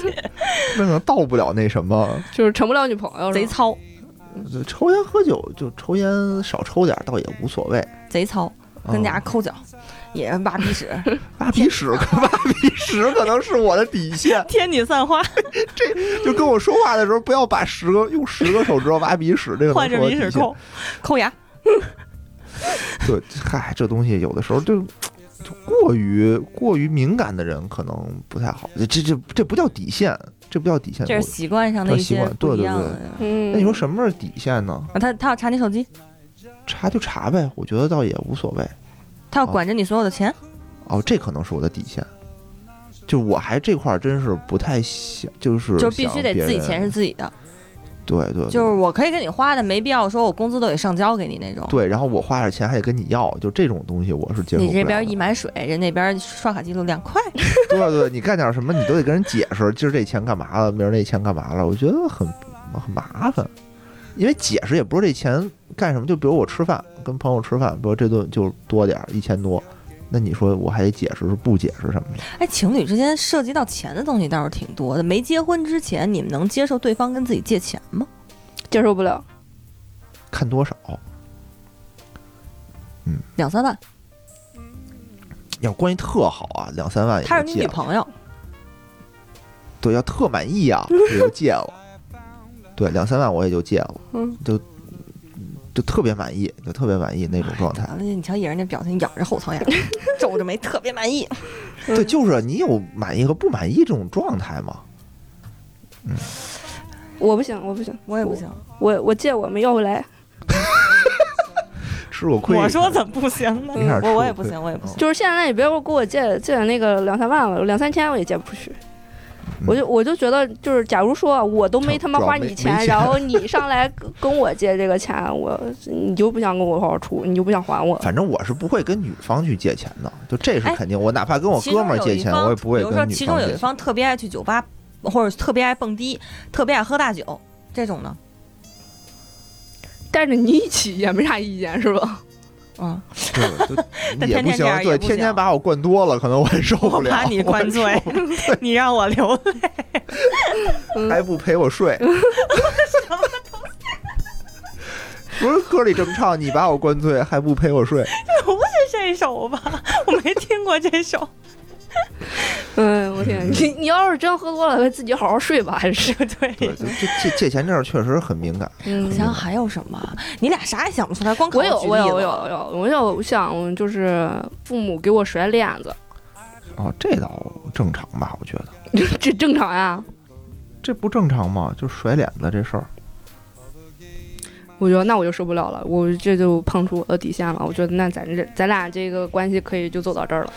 Speaker 3: 那可能到不了那什么，
Speaker 1: 就是成不了女朋友，
Speaker 2: 贼
Speaker 1: 是吗
Speaker 2: 糙
Speaker 3: 就抽烟喝酒就抽烟少抽点儿倒也无所谓。
Speaker 2: 贼糙，
Speaker 3: 嗯
Speaker 2: 跟家抠脚，也挖鼻
Speaker 3: [laughs]
Speaker 2: 屎，
Speaker 3: 挖鼻屎， [laughs] 挖鼻屎可能是我的底线。
Speaker 2: [laughs] 天女散花，
Speaker 3: 就跟我说话的时候，不要把十个用十个手指头挖鼻屎，这个
Speaker 2: 换
Speaker 3: 能
Speaker 2: 着
Speaker 3: 是我
Speaker 2: 鼻
Speaker 3: 的底
Speaker 2: 屎
Speaker 3: 线。
Speaker 2: 抠，抠牙。
Speaker 3: 对，嗨，这东西有的时候就就过于过于敏感的人可能不太好。这这这这不叫底线，这不叫底线。
Speaker 2: 这是
Speaker 3: 我
Speaker 2: 习惯上的一
Speaker 3: 习
Speaker 2: 些
Speaker 3: 惯对
Speaker 2: 不一
Speaker 3: 对
Speaker 2: 样
Speaker 3: 对
Speaker 2: 的。
Speaker 1: 嗯，
Speaker 3: 那你说什么是底线呢？
Speaker 2: 啊他他要查你手机，
Speaker 3: 查就查呗，我觉得倒也无所谓。
Speaker 2: 他要
Speaker 3: 哦
Speaker 2: 管着你所有的钱，
Speaker 3: 哦，这可能是我的底线。就我还这块儿真是不太想，就是
Speaker 2: 就是必须
Speaker 3: 想
Speaker 2: 得
Speaker 3: 别
Speaker 2: 自己
Speaker 3: 人
Speaker 2: 钱是自己的，
Speaker 3: 对对，对
Speaker 2: 就是我可以给你花的，没必要说我工资都得上交给你那种。
Speaker 3: 对，然后我花点钱还得跟你要，就这种东西我是接受不
Speaker 2: 你
Speaker 3: 了的。
Speaker 2: 这边一买水，人那边刷卡记录两块，
Speaker 3: 对啊对，你干点什么你都得跟人解释，今儿这钱干嘛了，明儿那钱干嘛了，我觉得很很麻烦，因为解释也不是这钱干什么，就比如我吃饭跟朋友吃饭，比如这顿就多点儿一千多，那你说我还得解释是不解释什么呀？
Speaker 2: 哎，情侣之间涉及到钱的东西倒是挺多的。没结婚之前，你们能接受对方跟自己借钱吗？
Speaker 1: 接受不了？
Speaker 3: 看多少，
Speaker 2: 两三万，
Speaker 3: 要关系特好啊，两三万也
Speaker 2: 她
Speaker 3: 就是
Speaker 2: 你
Speaker 3: 戒
Speaker 2: 女
Speaker 3: 了，
Speaker 2: 朋友，
Speaker 3: 对，要特满
Speaker 2: [laughs]
Speaker 3: 意啊也就戒了，对，两三万我也就戒了，
Speaker 1: 嗯，
Speaker 3: 就就特别满意，就特别满意那种状态。
Speaker 2: 完了你瞧野人那表情，咬着后
Speaker 3: [laughs]
Speaker 2: 槽牙，皱着眉，特别满意。嗯
Speaker 3: 对，就是啊你有满意和不满意这种状态嘛。
Speaker 1: 我不行，我不行，
Speaker 2: 我也不行，
Speaker 1: 我我借我没要回来，
Speaker 3: 吃过亏。
Speaker 2: 我说怎么不行呢
Speaker 3: 没事？
Speaker 2: 我我
Speaker 3: 吃
Speaker 2: 也
Speaker 3: 过
Speaker 2: 不
Speaker 3: 亏
Speaker 2: 行，我也不行。
Speaker 1: 就是现在也别给我借借那个两三万了，两三千我也借不出去。
Speaker 3: 嗯
Speaker 1: 我就我就觉得，就是假如说啊我都没
Speaker 3: 主
Speaker 1: 他妈
Speaker 3: 主要
Speaker 1: 花
Speaker 3: 没
Speaker 1: 你
Speaker 3: 没
Speaker 1: 钱，
Speaker 3: 钱
Speaker 1: 然后你上来跟跟我借这个钱，我你就不想跟我好好处，你就不想还我。
Speaker 3: 反正我是不会跟女方去借钱的，就这是
Speaker 2: 哎
Speaker 3: 肯定。我哪怕跟我
Speaker 2: 其
Speaker 3: 哥
Speaker 2: 中
Speaker 3: 们儿
Speaker 2: 有
Speaker 3: 借
Speaker 2: 一
Speaker 3: 钱，
Speaker 2: 方
Speaker 3: 我也不会
Speaker 2: 比如说，
Speaker 3: 跟女
Speaker 2: 其中
Speaker 3: 方
Speaker 2: 有
Speaker 3: 借
Speaker 2: 一。方特别爱去酒吧，或者特别爱蹦迪，特别爱喝大酒，这种呢，
Speaker 1: 带着你一起也没啥意见是吧？
Speaker 2: 嗯，
Speaker 3: 对就
Speaker 2: 但
Speaker 3: 也
Speaker 2: 天
Speaker 3: 不
Speaker 2: 天这
Speaker 3: 行，
Speaker 2: 样
Speaker 3: 对，
Speaker 2: 也不
Speaker 3: 天天
Speaker 2: 行
Speaker 3: 把我灌多了，可能我也受
Speaker 2: 我
Speaker 3: 不了。
Speaker 2: 怕你灌
Speaker 3: 也
Speaker 2: 醉
Speaker 3: 受不了，
Speaker 2: [laughs] 你让我流泪， [laughs]
Speaker 3: 还不陪我睡。 [laughs] 不是歌里这么唱，你把我灌醉还不陪我
Speaker 2: [laughs]
Speaker 3: 睡，
Speaker 2: 不是这首吧？ [laughs] 我没听过这首，
Speaker 1: 嗯，我天，你你要是真喝多了，自己好好睡吧，还是 [laughs]
Speaker 3: 对，
Speaker 2: 对。
Speaker 3: 就就借借钱这事儿确实很敏感。
Speaker 1: 嗯
Speaker 2: 我。想想还有什么？你俩啥也想不出来，光靠
Speaker 1: 我有
Speaker 2: 举
Speaker 1: 我有
Speaker 2: 例
Speaker 1: 我有
Speaker 2: 了
Speaker 1: 我有我有想就是父母给我甩脸子，
Speaker 3: 哦，这倒正常吧？我觉得
Speaker 1: 这正常呀、
Speaker 3: 这不正常吗？就甩脸子这事儿，
Speaker 1: 我觉得那我就受不了了，我这就碰出我的底线了。我觉得那咱这咱俩这个关系可以就走到这儿了。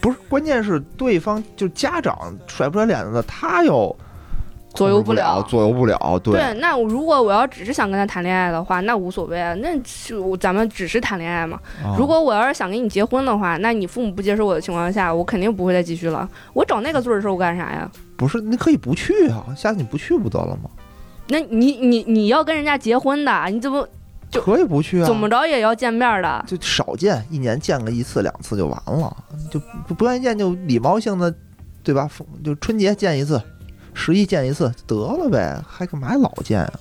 Speaker 3: 不是，关键是对方就家长甩不甩脸子，他又
Speaker 1: 左右
Speaker 3: 控制不
Speaker 1: 不了
Speaker 3: 哦左右不了，对，
Speaker 1: 对，那我如果我要只是想跟他谈恋爱的话，那无所谓，啊，那就咱们只是谈恋爱嘛。
Speaker 3: 啊
Speaker 1: 如果我要是想跟你结婚的话，那你父母不接受我的情况下，我肯定不会再继续了。我找那个罪受干啥呀？
Speaker 3: 不是，你可以不去啊，下次你不去不得了吗？
Speaker 1: 那你你你要跟人家结婚的，你怎么就
Speaker 3: 可以不去啊，
Speaker 1: 怎么着也要见面的？
Speaker 3: 就少见，一年见个一次两次就完了，就不不愿意见就礼貌性的，对吧？逢就春节见一次，十一见一次得了呗，还干嘛老见啊？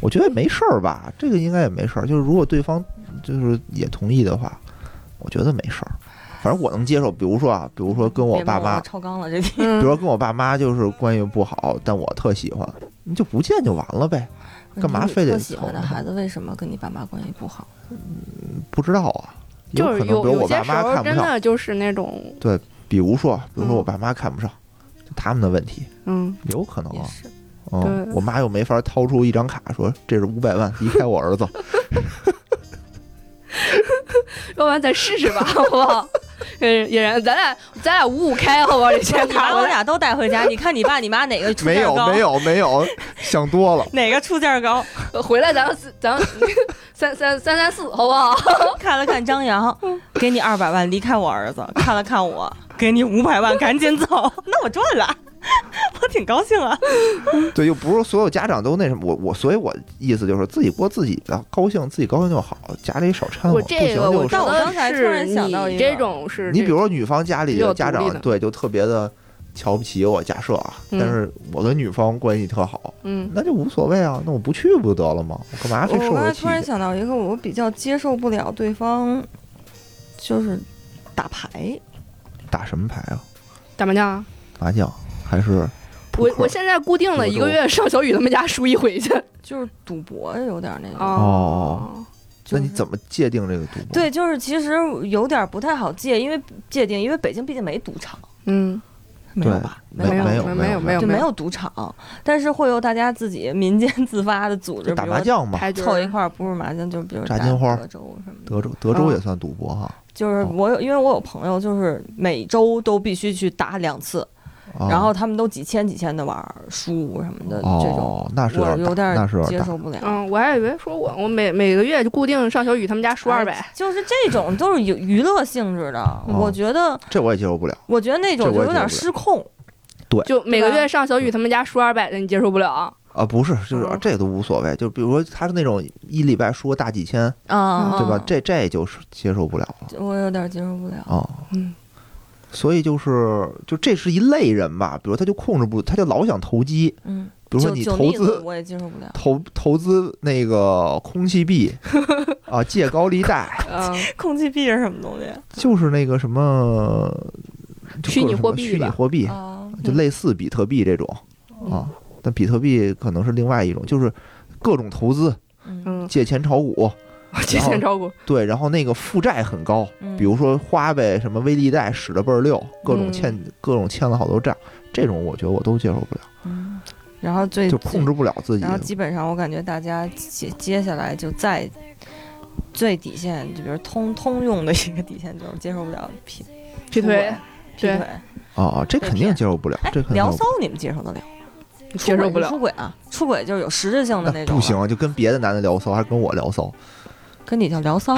Speaker 3: 我觉得没事儿吧，这个应该也没事儿。就是如果对方就是也同意的话，我觉得没事儿，反正我能接受。比如说啊，比如说跟我
Speaker 2: 别
Speaker 3: 爸
Speaker 2: 问了
Speaker 3: 妈
Speaker 2: 我，超纲了这题。
Speaker 3: 比如
Speaker 1: 嗯，
Speaker 3: 说跟我爸妈就是关系不好，但我特喜欢，你就不见就完了呗，干嘛
Speaker 2: 你
Speaker 3: 非得
Speaker 2: 特喜欢的
Speaker 3: 凑呢
Speaker 2: 孩子为什么跟你爸妈关系不好？
Speaker 3: 不知道啊。有
Speaker 1: 就是
Speaker 3: 可能，比如
Speaker 1: 有
Speaker 3: 我
Speaker 1: 些
Speaker 3: 爸
Speaker 1: 时
Speaker 3: 妈
Speaker 1: 候
Speaker 3: 看不
Speaker 1: 真
Speaker 3: 上，
Speaker 1: 的就是那种
Speaker 3: 比如说，啊比如说我
Speaker 1: 嗯
Speaker 3: 爸妈看不上，就他们的问题，
Speaker 1: 嗯，
Speaker 3: 有可能
Speaker 2: 也
Speaker 3: 啊。
Speaker 2: 是，
Speaker 3: 嗯，
Speaker 1: 对
Speaker 3: 我妈又没法掏出一张卡说这是五百万，离开我儿子。
Speaker 1: [laughs] [laughs] 要不然再试试吧，好不好？嗯，也然，咱俩咱俩五五开，好不
Speaker 2: [laughs]
Speaker 1: 好？这
Speaker 2: 把
Speaker 1: 钱卡
Speaker 2: 我
Speaker 1: 我
Speaker 2: 们
Speaker 1: 俩
Speaker 2: 俩都带
Speaker 1: [laughs]
Speaker 2: 回家，你看你爸你妈哪个出
Speaker 3: 没
Speaker 2: 价
Speaker 3: 有
Speaker 2: 高？
Speaker 3: 没有没有，想多了。
Speaker 2: 哪个出价高？
Speaker 1: 回来咱们四，咱们 [laughs] 三三三三四，好不
Speaker 3: [laughs]
Speaker 1: 好？
Speaker 2: 看了看
Speaker 1: [laughs]
Speaker 2: 张扬，
Speaker 1: 嗯
Speaker 2: 给你二百万，离开我儿子；看了看我，给你五百万，
Speaker 1: [laughs]
Speaker 2: 赶紧走。那我赚了， [laughs] 我挺高兴啊。
Speaker 3: 对，又不是所有家长都那什么，我我所以，我意思就是自己过自己的，高兴自己高兴就好，家里少掺和，
Speaker 1: 我
Speaker 3: 哦不
Speaker 1: 这
Speaker 3: 行
Speaker 1: 个我觉
Speaker 3: 就
Speaker 2: 但我
Speaker 1: 得
Speaker 2: 刚才突
Speaker 1: 是
Speaker 2: 然想到一
Speaker 1: 你
Speaker 2: 个
Speaker 1: 这种是
Speaker 3: 你比
Speaker 1: 这
Speaker 3: 如说女方家里
Speaker 1: 比较
Speaker 3: 的
Speaker 1: 独
Speaker 3: 家
Speaker 1: 立
Speaker 3: 长
Speaker 1: 的
Speaker 3: 对就特别的瞧不起我，假设啊，但
Speaker 1: 嗯
Speaker 3: 是我跟女方关系特好，
Speaker 1: 嗯
Speaker 3: 那就无所谓啊，那我不去不得了吗？我干嘛非受
Speaker 2: 我刚
Speaker 3: 这
Speaker 2: 才
Speaker 3: 气
Speaker 2: 突？然想到一个，我比较接受不了对方，就是打牌。
Speaker 3: 打什么牌啊？
Speaker 1: 打麻将啊。
Speaker 3: 麻将还是扑
Speaker 1: 我
Speaker 3: 克
Speaker 1: 我现在固定的一个
Speaker 3: 德州
Speaker 1: 月上小雨他们家输一回去。
Speaker 2: 就是赌博有点那种，
Speaker 3: [laughs] 哦
Speaker 2: 就
Speaker 3: 那
Speaker 2: 是
Speaker 3: 你怎么界定这个赌博？
Speaker 2: 对，就是其实有点不太好界，因为界定，因为北京毕竟没赌场，
Speaker 1: 嗯，
Speaker 2: 没有吧？
Speaker 3: 没
Speaker 1: 没有
Speaker 3: 没
Speaker 1: 没有
Speaker 3: 没
Speaker 1: 没有
Speaker 2: 就没有赌场，但是会有大家自己民间 [laughs] 自发的组织，
Speaker 3: 就打
Speaker 2: 比
Speaker 3: 麻
Speaker 2: 如
Speaker 3: 将嘛，
Speaker 1: 牌局
Speaker 2: 凑一块儿，不是麻将，就比如
Speaker 3: 炸
Speaker 2: 打
Speaker 3: 金花
Speaker 2: 德州什么的。
Speaker 3: 德州德州
Speaker 1: 哦
Speaker 2: 嗯
Speaker 3: 也算赌博哈。
Speaker 2: 就是
Speaker 3: 哦
Speaker 2: 我有，因为我有朋友，就是每周都必须去打两次，
Speaker 3: 啊
Speaker 2: 然后他们都几千几千的玩儿，输什么的这种，
Speaker 3: 哦，那是
Speaker 2: 我
Speaker 3: 点
Speaker 2: 有
Speaker 3: 儿
Speaker 2: 点
Speaker 3: 大，那是
Speaker 2: 儿
Speaker 3: 有
Speaker 2: 接
Speaker 3: 点儿大。
Speaker 2: 受不了。
Speaker 1: 嗯，我还以为说我我每每个月就固定上小雨他们家输二百。
Speaker 2: 就是这种都是有娱乐性质的，我觉得，
Speaker 3: 这我也接受不了。
Speaker 2: 我觉得那种
Speaker 3: 哦这
Speaker 2: 就
Speaker 3: 我也
Speaker 2: 有点
Speaker 3: 接
Speaker 2: 失控。
Speaker 1: 就每个月上小雨他们家输二百的，你接受不了？
Speaker 3: 啊，不是，就是
Speaker 1: 嗯
Speaker 3: 这都无所谓。就比如说，他是那种一礼拜输个大几千，
Speaker 2: 啊，
Speaker 3: 对吧
Speaker 2: 嗯？
Speaker 3: 这这就是接受不了了
Speaker 2: 我有点接受不了。
Speaker 3: 啊。
Speaker 1: 嗯，
Speaker 3: 所以就是，就这是一类人吧。比如他就控制不，他就老想投机。
Speaker 2: 嗯，
Speaker 3: 比如说
Speaker 2: 酒
Speaker 3: 你
Speaker 2: 酒
Speaker 3: 投
Speaker 2: 腻子
Speaker 3: 资
Speaker 2: 我也接受不了。
Speaker 3: 投投资那个空气币啊，借高利贷，
Speaker 1: 嗯，
Speaker 2: [laughs] 空气币是什么东西？啊
Speaker 3: 就是那个什么就
Speaker 1: 虚拟
Speaker 3: 各种
Speaker 1: 货币
Speaker 3: 什么虚拟
Speaker 1: 吧
Speaker 3: 货币，
Speaker 2: 啊，
Speaker 3: 就
Speaker 2: 嗯
Speaker 3: 类似比特币这种啊。但比特币可能是另外一种，就是各种投资，
Speaker 2: 嗯
Speaker 3: [laughs]
Speaker 1: 嗯，
Speaker 3: 借钱炒股，
Speaker 1: 提前炒股，
Speaker 3: 对，然后那个负债很高，
Speaker 2: 嗯
Speaker 3: 比如说花呗、什么微利贷使的倍儿溜，各种
Speaker 1: 嗯
Speaker 3: 欠、各种欠了好多债，这种我觉得我都接受不了，
Speaker 2: 嗯然后最
Speaker 3: 就控制不了自己
Speaker 2: 然。后基本上我感觉大家接接下来就在最底线，就比如通通用的一个底线就是接受不了劈
Speaker 1: 劈腿
Speaker 2: 劈
Speaker 1: 对
Speaker 2: 腿。
Speaker 3: 啊，这肯定接受不了，这肯定
Speaker 2: 聊
Speaker 3: 接受
Speaker 2: 骚你们接受得了？
Speaker 1: 接受不了。
Speaker 2: 出轨是出轨啊，出轨就是有实质性的
Speaker 3: 那
Speaker 2: 种。啊
Speaker 3: 不，行，就跟别的男的聊骚，还是跟我聊骚，
Speaker 2: 跟你叫聊骚，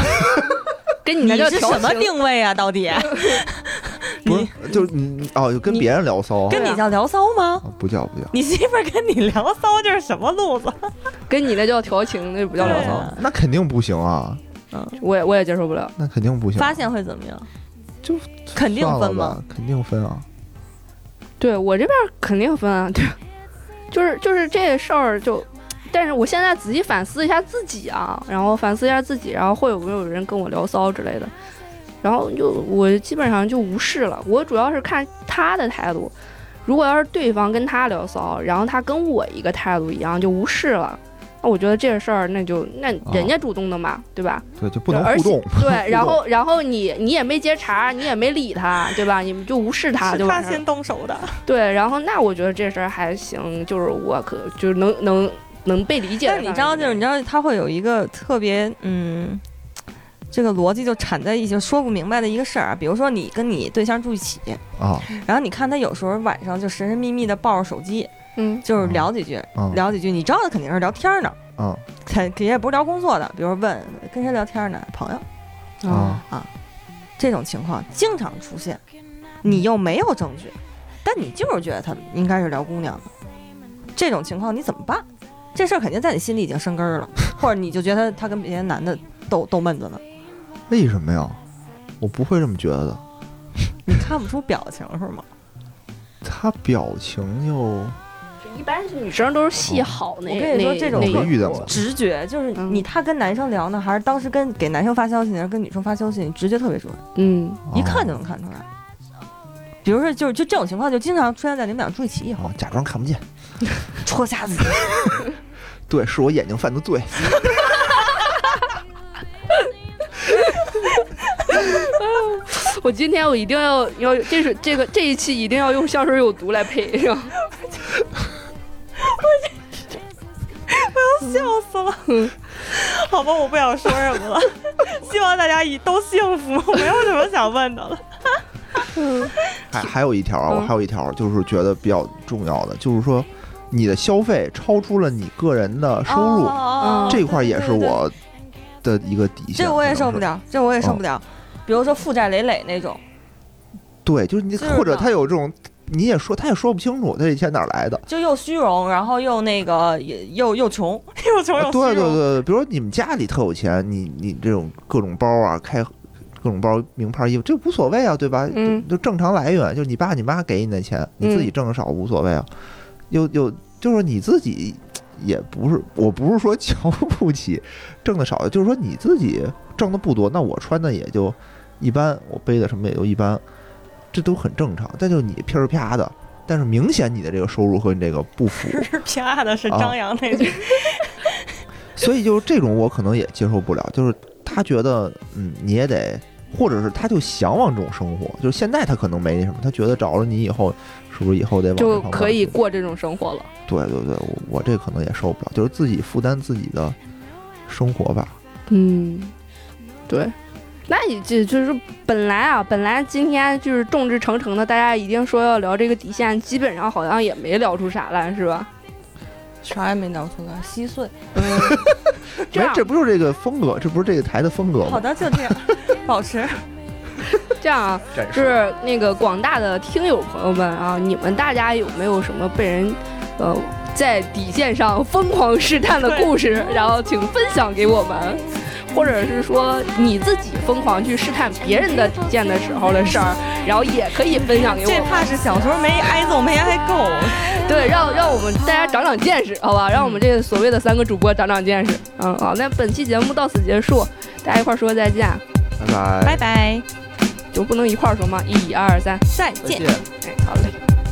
Speaker 1: 跟你
Speaker 2: [laughs] 你
Speaker 1: 那叫
Speaker 2: 是
Speaker 1: 调
Speaker 2: 什么
Speaker 1: 情
Speaker 2: 定位啊？ [laughs] 到底
Speaker 3: 不是，就是你哦，就跟别人聊骚，
Speaker 2: 跟你叫聊骚吗？
Speaker 3: 啊不叫不叫
Speaker 2: [laughs] 你媳妇儿跟你聊骚，这是什么路子？
Speaker 1: 跟你那叫调情，那不叫聊
Speaker 2: 对
Speaker 1: 骚。
Speaker 2: 啊
Speaker 3: 那肯定不行啊，
Speaker 1: 我也我也接受不了。
Speaker 3: 那肯定不行，
Speaker 2: 发现会怎么样？
Speaker 3: 就
Speaker 2: 肯定
Speaker 3: 算了
Speaker 2: 分吗
Speaker 3: 吧？肯定分啊，
Speaker 1: 对我这边肯定分啊，对，就是就是这事儿就，但是我现在仔细反思一下自己啊，然后反思一下自己，然后会有没有人跟我聊骚之类的，然后就我基本上就无视了。我主要是看他的态度，如果要是对方跟他聊骚，然后他跟我一个态度一样，就无视了。那我觉得这个事儿，那就那人家主动的嘛，对吧？
Speaker 3: 对，就不能
Speaker 1: 而且
Speaker 3: 互动，
Speaker 1: 对，
Speaker 3: [laughs]
Speaker 1: 然后然后你你也没接茬，你也没理他，对吧？你们就无视他，
Speaker 2: 是
Speaker 1: 就
Speaker 2: 他
Speaker 1: 完事儿了
Speaker 2: 先动手的，
Speaker 1: 对，然后那我觉得这事儿还行，就是我可就是能能能被理解的范
Speaker 2: [laughs] 但
Speaker 1: 围内。
Speaker 2: 你知道，就是你知道，他会有一个特别嗯，这个逻辑就缠在一起，说不明白的一个事儿啊。比如说你跟你对象住一起，
Speaker 3: 啊
Speaker 2: 然后你看他有时候晚上就神神秘秘的抱着手机，
Speaker 1: 嗯
Speaker 2: 就是聊几句，
Speaker 3: 啊
Speaker 2: 聊几句，你知道他肯定是聊天儿呢，
Speaker 3: 啊
Speaker 2: 肯肯定也不是聊工作的。比如问跟谁聊天儿呢，朋友
Speaker 3: 啊，
Speaker 2: 这种情况经常出现，你又没有证据，但你就是觉得他应该是聊姑娘的，这种情况你怎么办？这事儿肯定在你心里已经生根儿了，或者你就觉得他跟别的男的斗斗闷子呢，
Speaker 3: 为什么呀？我不会这么觉得，
Speaker 2: 你看不出表情是吗？
Speaker 3: 他表情就。
Speaker 1: 一般女生都是
Speaker 3: 嗯
Speaker 1: 戏好那。
Speaker 2: 我跟你说
Speaker 1: 那
Speaker 2: 这种
Speaker 1: 那
Speaker 3: 没
Speaker 1: 一
Speaker 3: 遇到
Speaker 1: 波
Speaker 3: 过
Speaker 2: 直觉就是
Speaker 1: 嗯
Speaker 2: 你他跟男生聊呢，还是当时跟给男生发消息呢，还是跟女生发消息，你直觉特别准，
Speaker 1: 嗯，
Speaker 2: 一看就能看出来。比如说，就是就这种情况，就经常出现在你们俩住一起以后，
Speaker 3: 啊，假装看不见。
Speaker 2: 戳瞎自己。
Speaker 3: 对，是我眼睛犯
Speaker 2: [laughs]
Speaker 3: 的罪。
Speaker 1: 我今天我一定要要这是这个这一期一定要用香水有毒来配上。
Speaker 2: 笑死了。 [laughs] 好吧，我不想说什么了。希望大家以都幸福，没有什么想问的了。
Speaker 3: 还还有一条啊，我
Speaker 1: 嗯
Speaker 3: 还有一条就是觉得比较重要的，就是说你的消费超出了你个人的收入，
Speaker 2: 哦
Speaker 3: 这块儿也是。
Speaker 2: 对对对
Speaker 3: 我的一个底线。
Speaker 2: 这我也
Speaker 3: 可能
Speaker 2: 受不
Speaker 3: 是。
Speaker 2: 了，这我也受不
Speaker 3: 哦
Speaker 2: 了。比如说负债累累那种，
Speaker 3: 对，就是你
Speaker 2: 就是呢
Speaker 3: 或者他有这种，你也说他也说不清楚他这钱哪儿来的。
Speaker 2: 就又虚荣，然后又那个也又又穷， [laughs] 又穷又虚荣。
Speaker 3: 啊对对对，对比如说你们家里特有钱，你你这种各种包啊，开各种包、名牌衣服，这无所谓啊，对吧？
Speaker 1: 嗯
Speaker 3: 就正常来源，就是你爸你妈给你的钱，你
Speaker 2: 嗯
Speaker 3: 自己挣的少无所谓啊。有有，就是你自己也不是，我不是说瞧不起挣的少的，就是说你自己挣的不多，那我穿的也就一般，我背的什么也就一般，这都很正常。但就是你噼儿啪的，但是明显你的这个收入和你这个不符，
Speaker 2: 是啪的，是
Speaker 3: 啊
Speaker 2: 张扬那句。
Speaker 3: 所以就是这种我可能也接受不了，就是他觉得嗯你也得，或者是他就向往这种生活，就是现在他可能没那什么，他觉得找了你以后是不是以后得往这
Speaker 1: 就
Speaker 3: 方面
Speaker 1: 可以
Speaker 3: 去
Speaker 1: 过这种生活了。
Speaker 3: 对对对，我我这可能也受不了，就是自己负担自己的生活吧。
Speaker 1: 嗯，对。那你这就是本来啊，本来今天就是众志成城的，大家一定说要聊这个底线，基本上好像也没聊出啥来，是吧？
Speaker 2: 啥也没聊出来，稀碎。
Speaker 1: 这
Speaker 3: 没
Speaker 1: 样，
Speaker 3: 哎这不就是这个风格，这不是这个台的风格
Speaker 2: [laughs] 好
Speaker 3: 吗？
Speaker 2: 的，就这样，保持。
Speaker 1: [laughs] 这样啊，
Speaker 3: 展
Speaker 1: 就。是那个广大的听友朋友们啊，你们大家有没有什么被人呃在底线上疯狂试探的故事？然后请分享给我们，或者是说你自己疯狂去试探别人的底线的时候的事儿，然后也可以分享给我
Speaker 2: 这
Speaker 1: 们。
Speaker 2: 怕是小时候没挨揍，没挨够。
Speaker 1: 对，让让我们大家长长见识，好吧？让我们这所谓的三个主播长长见识。嗯，好，那本期节目到此结束，大家一块儿说再见，啊
Speaker 3: 拜拜，
Speaker 2: [laughs] 拜拜，
Speaker 1: 就不能一块儿说吗？一二三，
Speaker 2: 再
Speaker 3: 再
Speaker 2: 见。
Speaker 1: 哎，好嘞。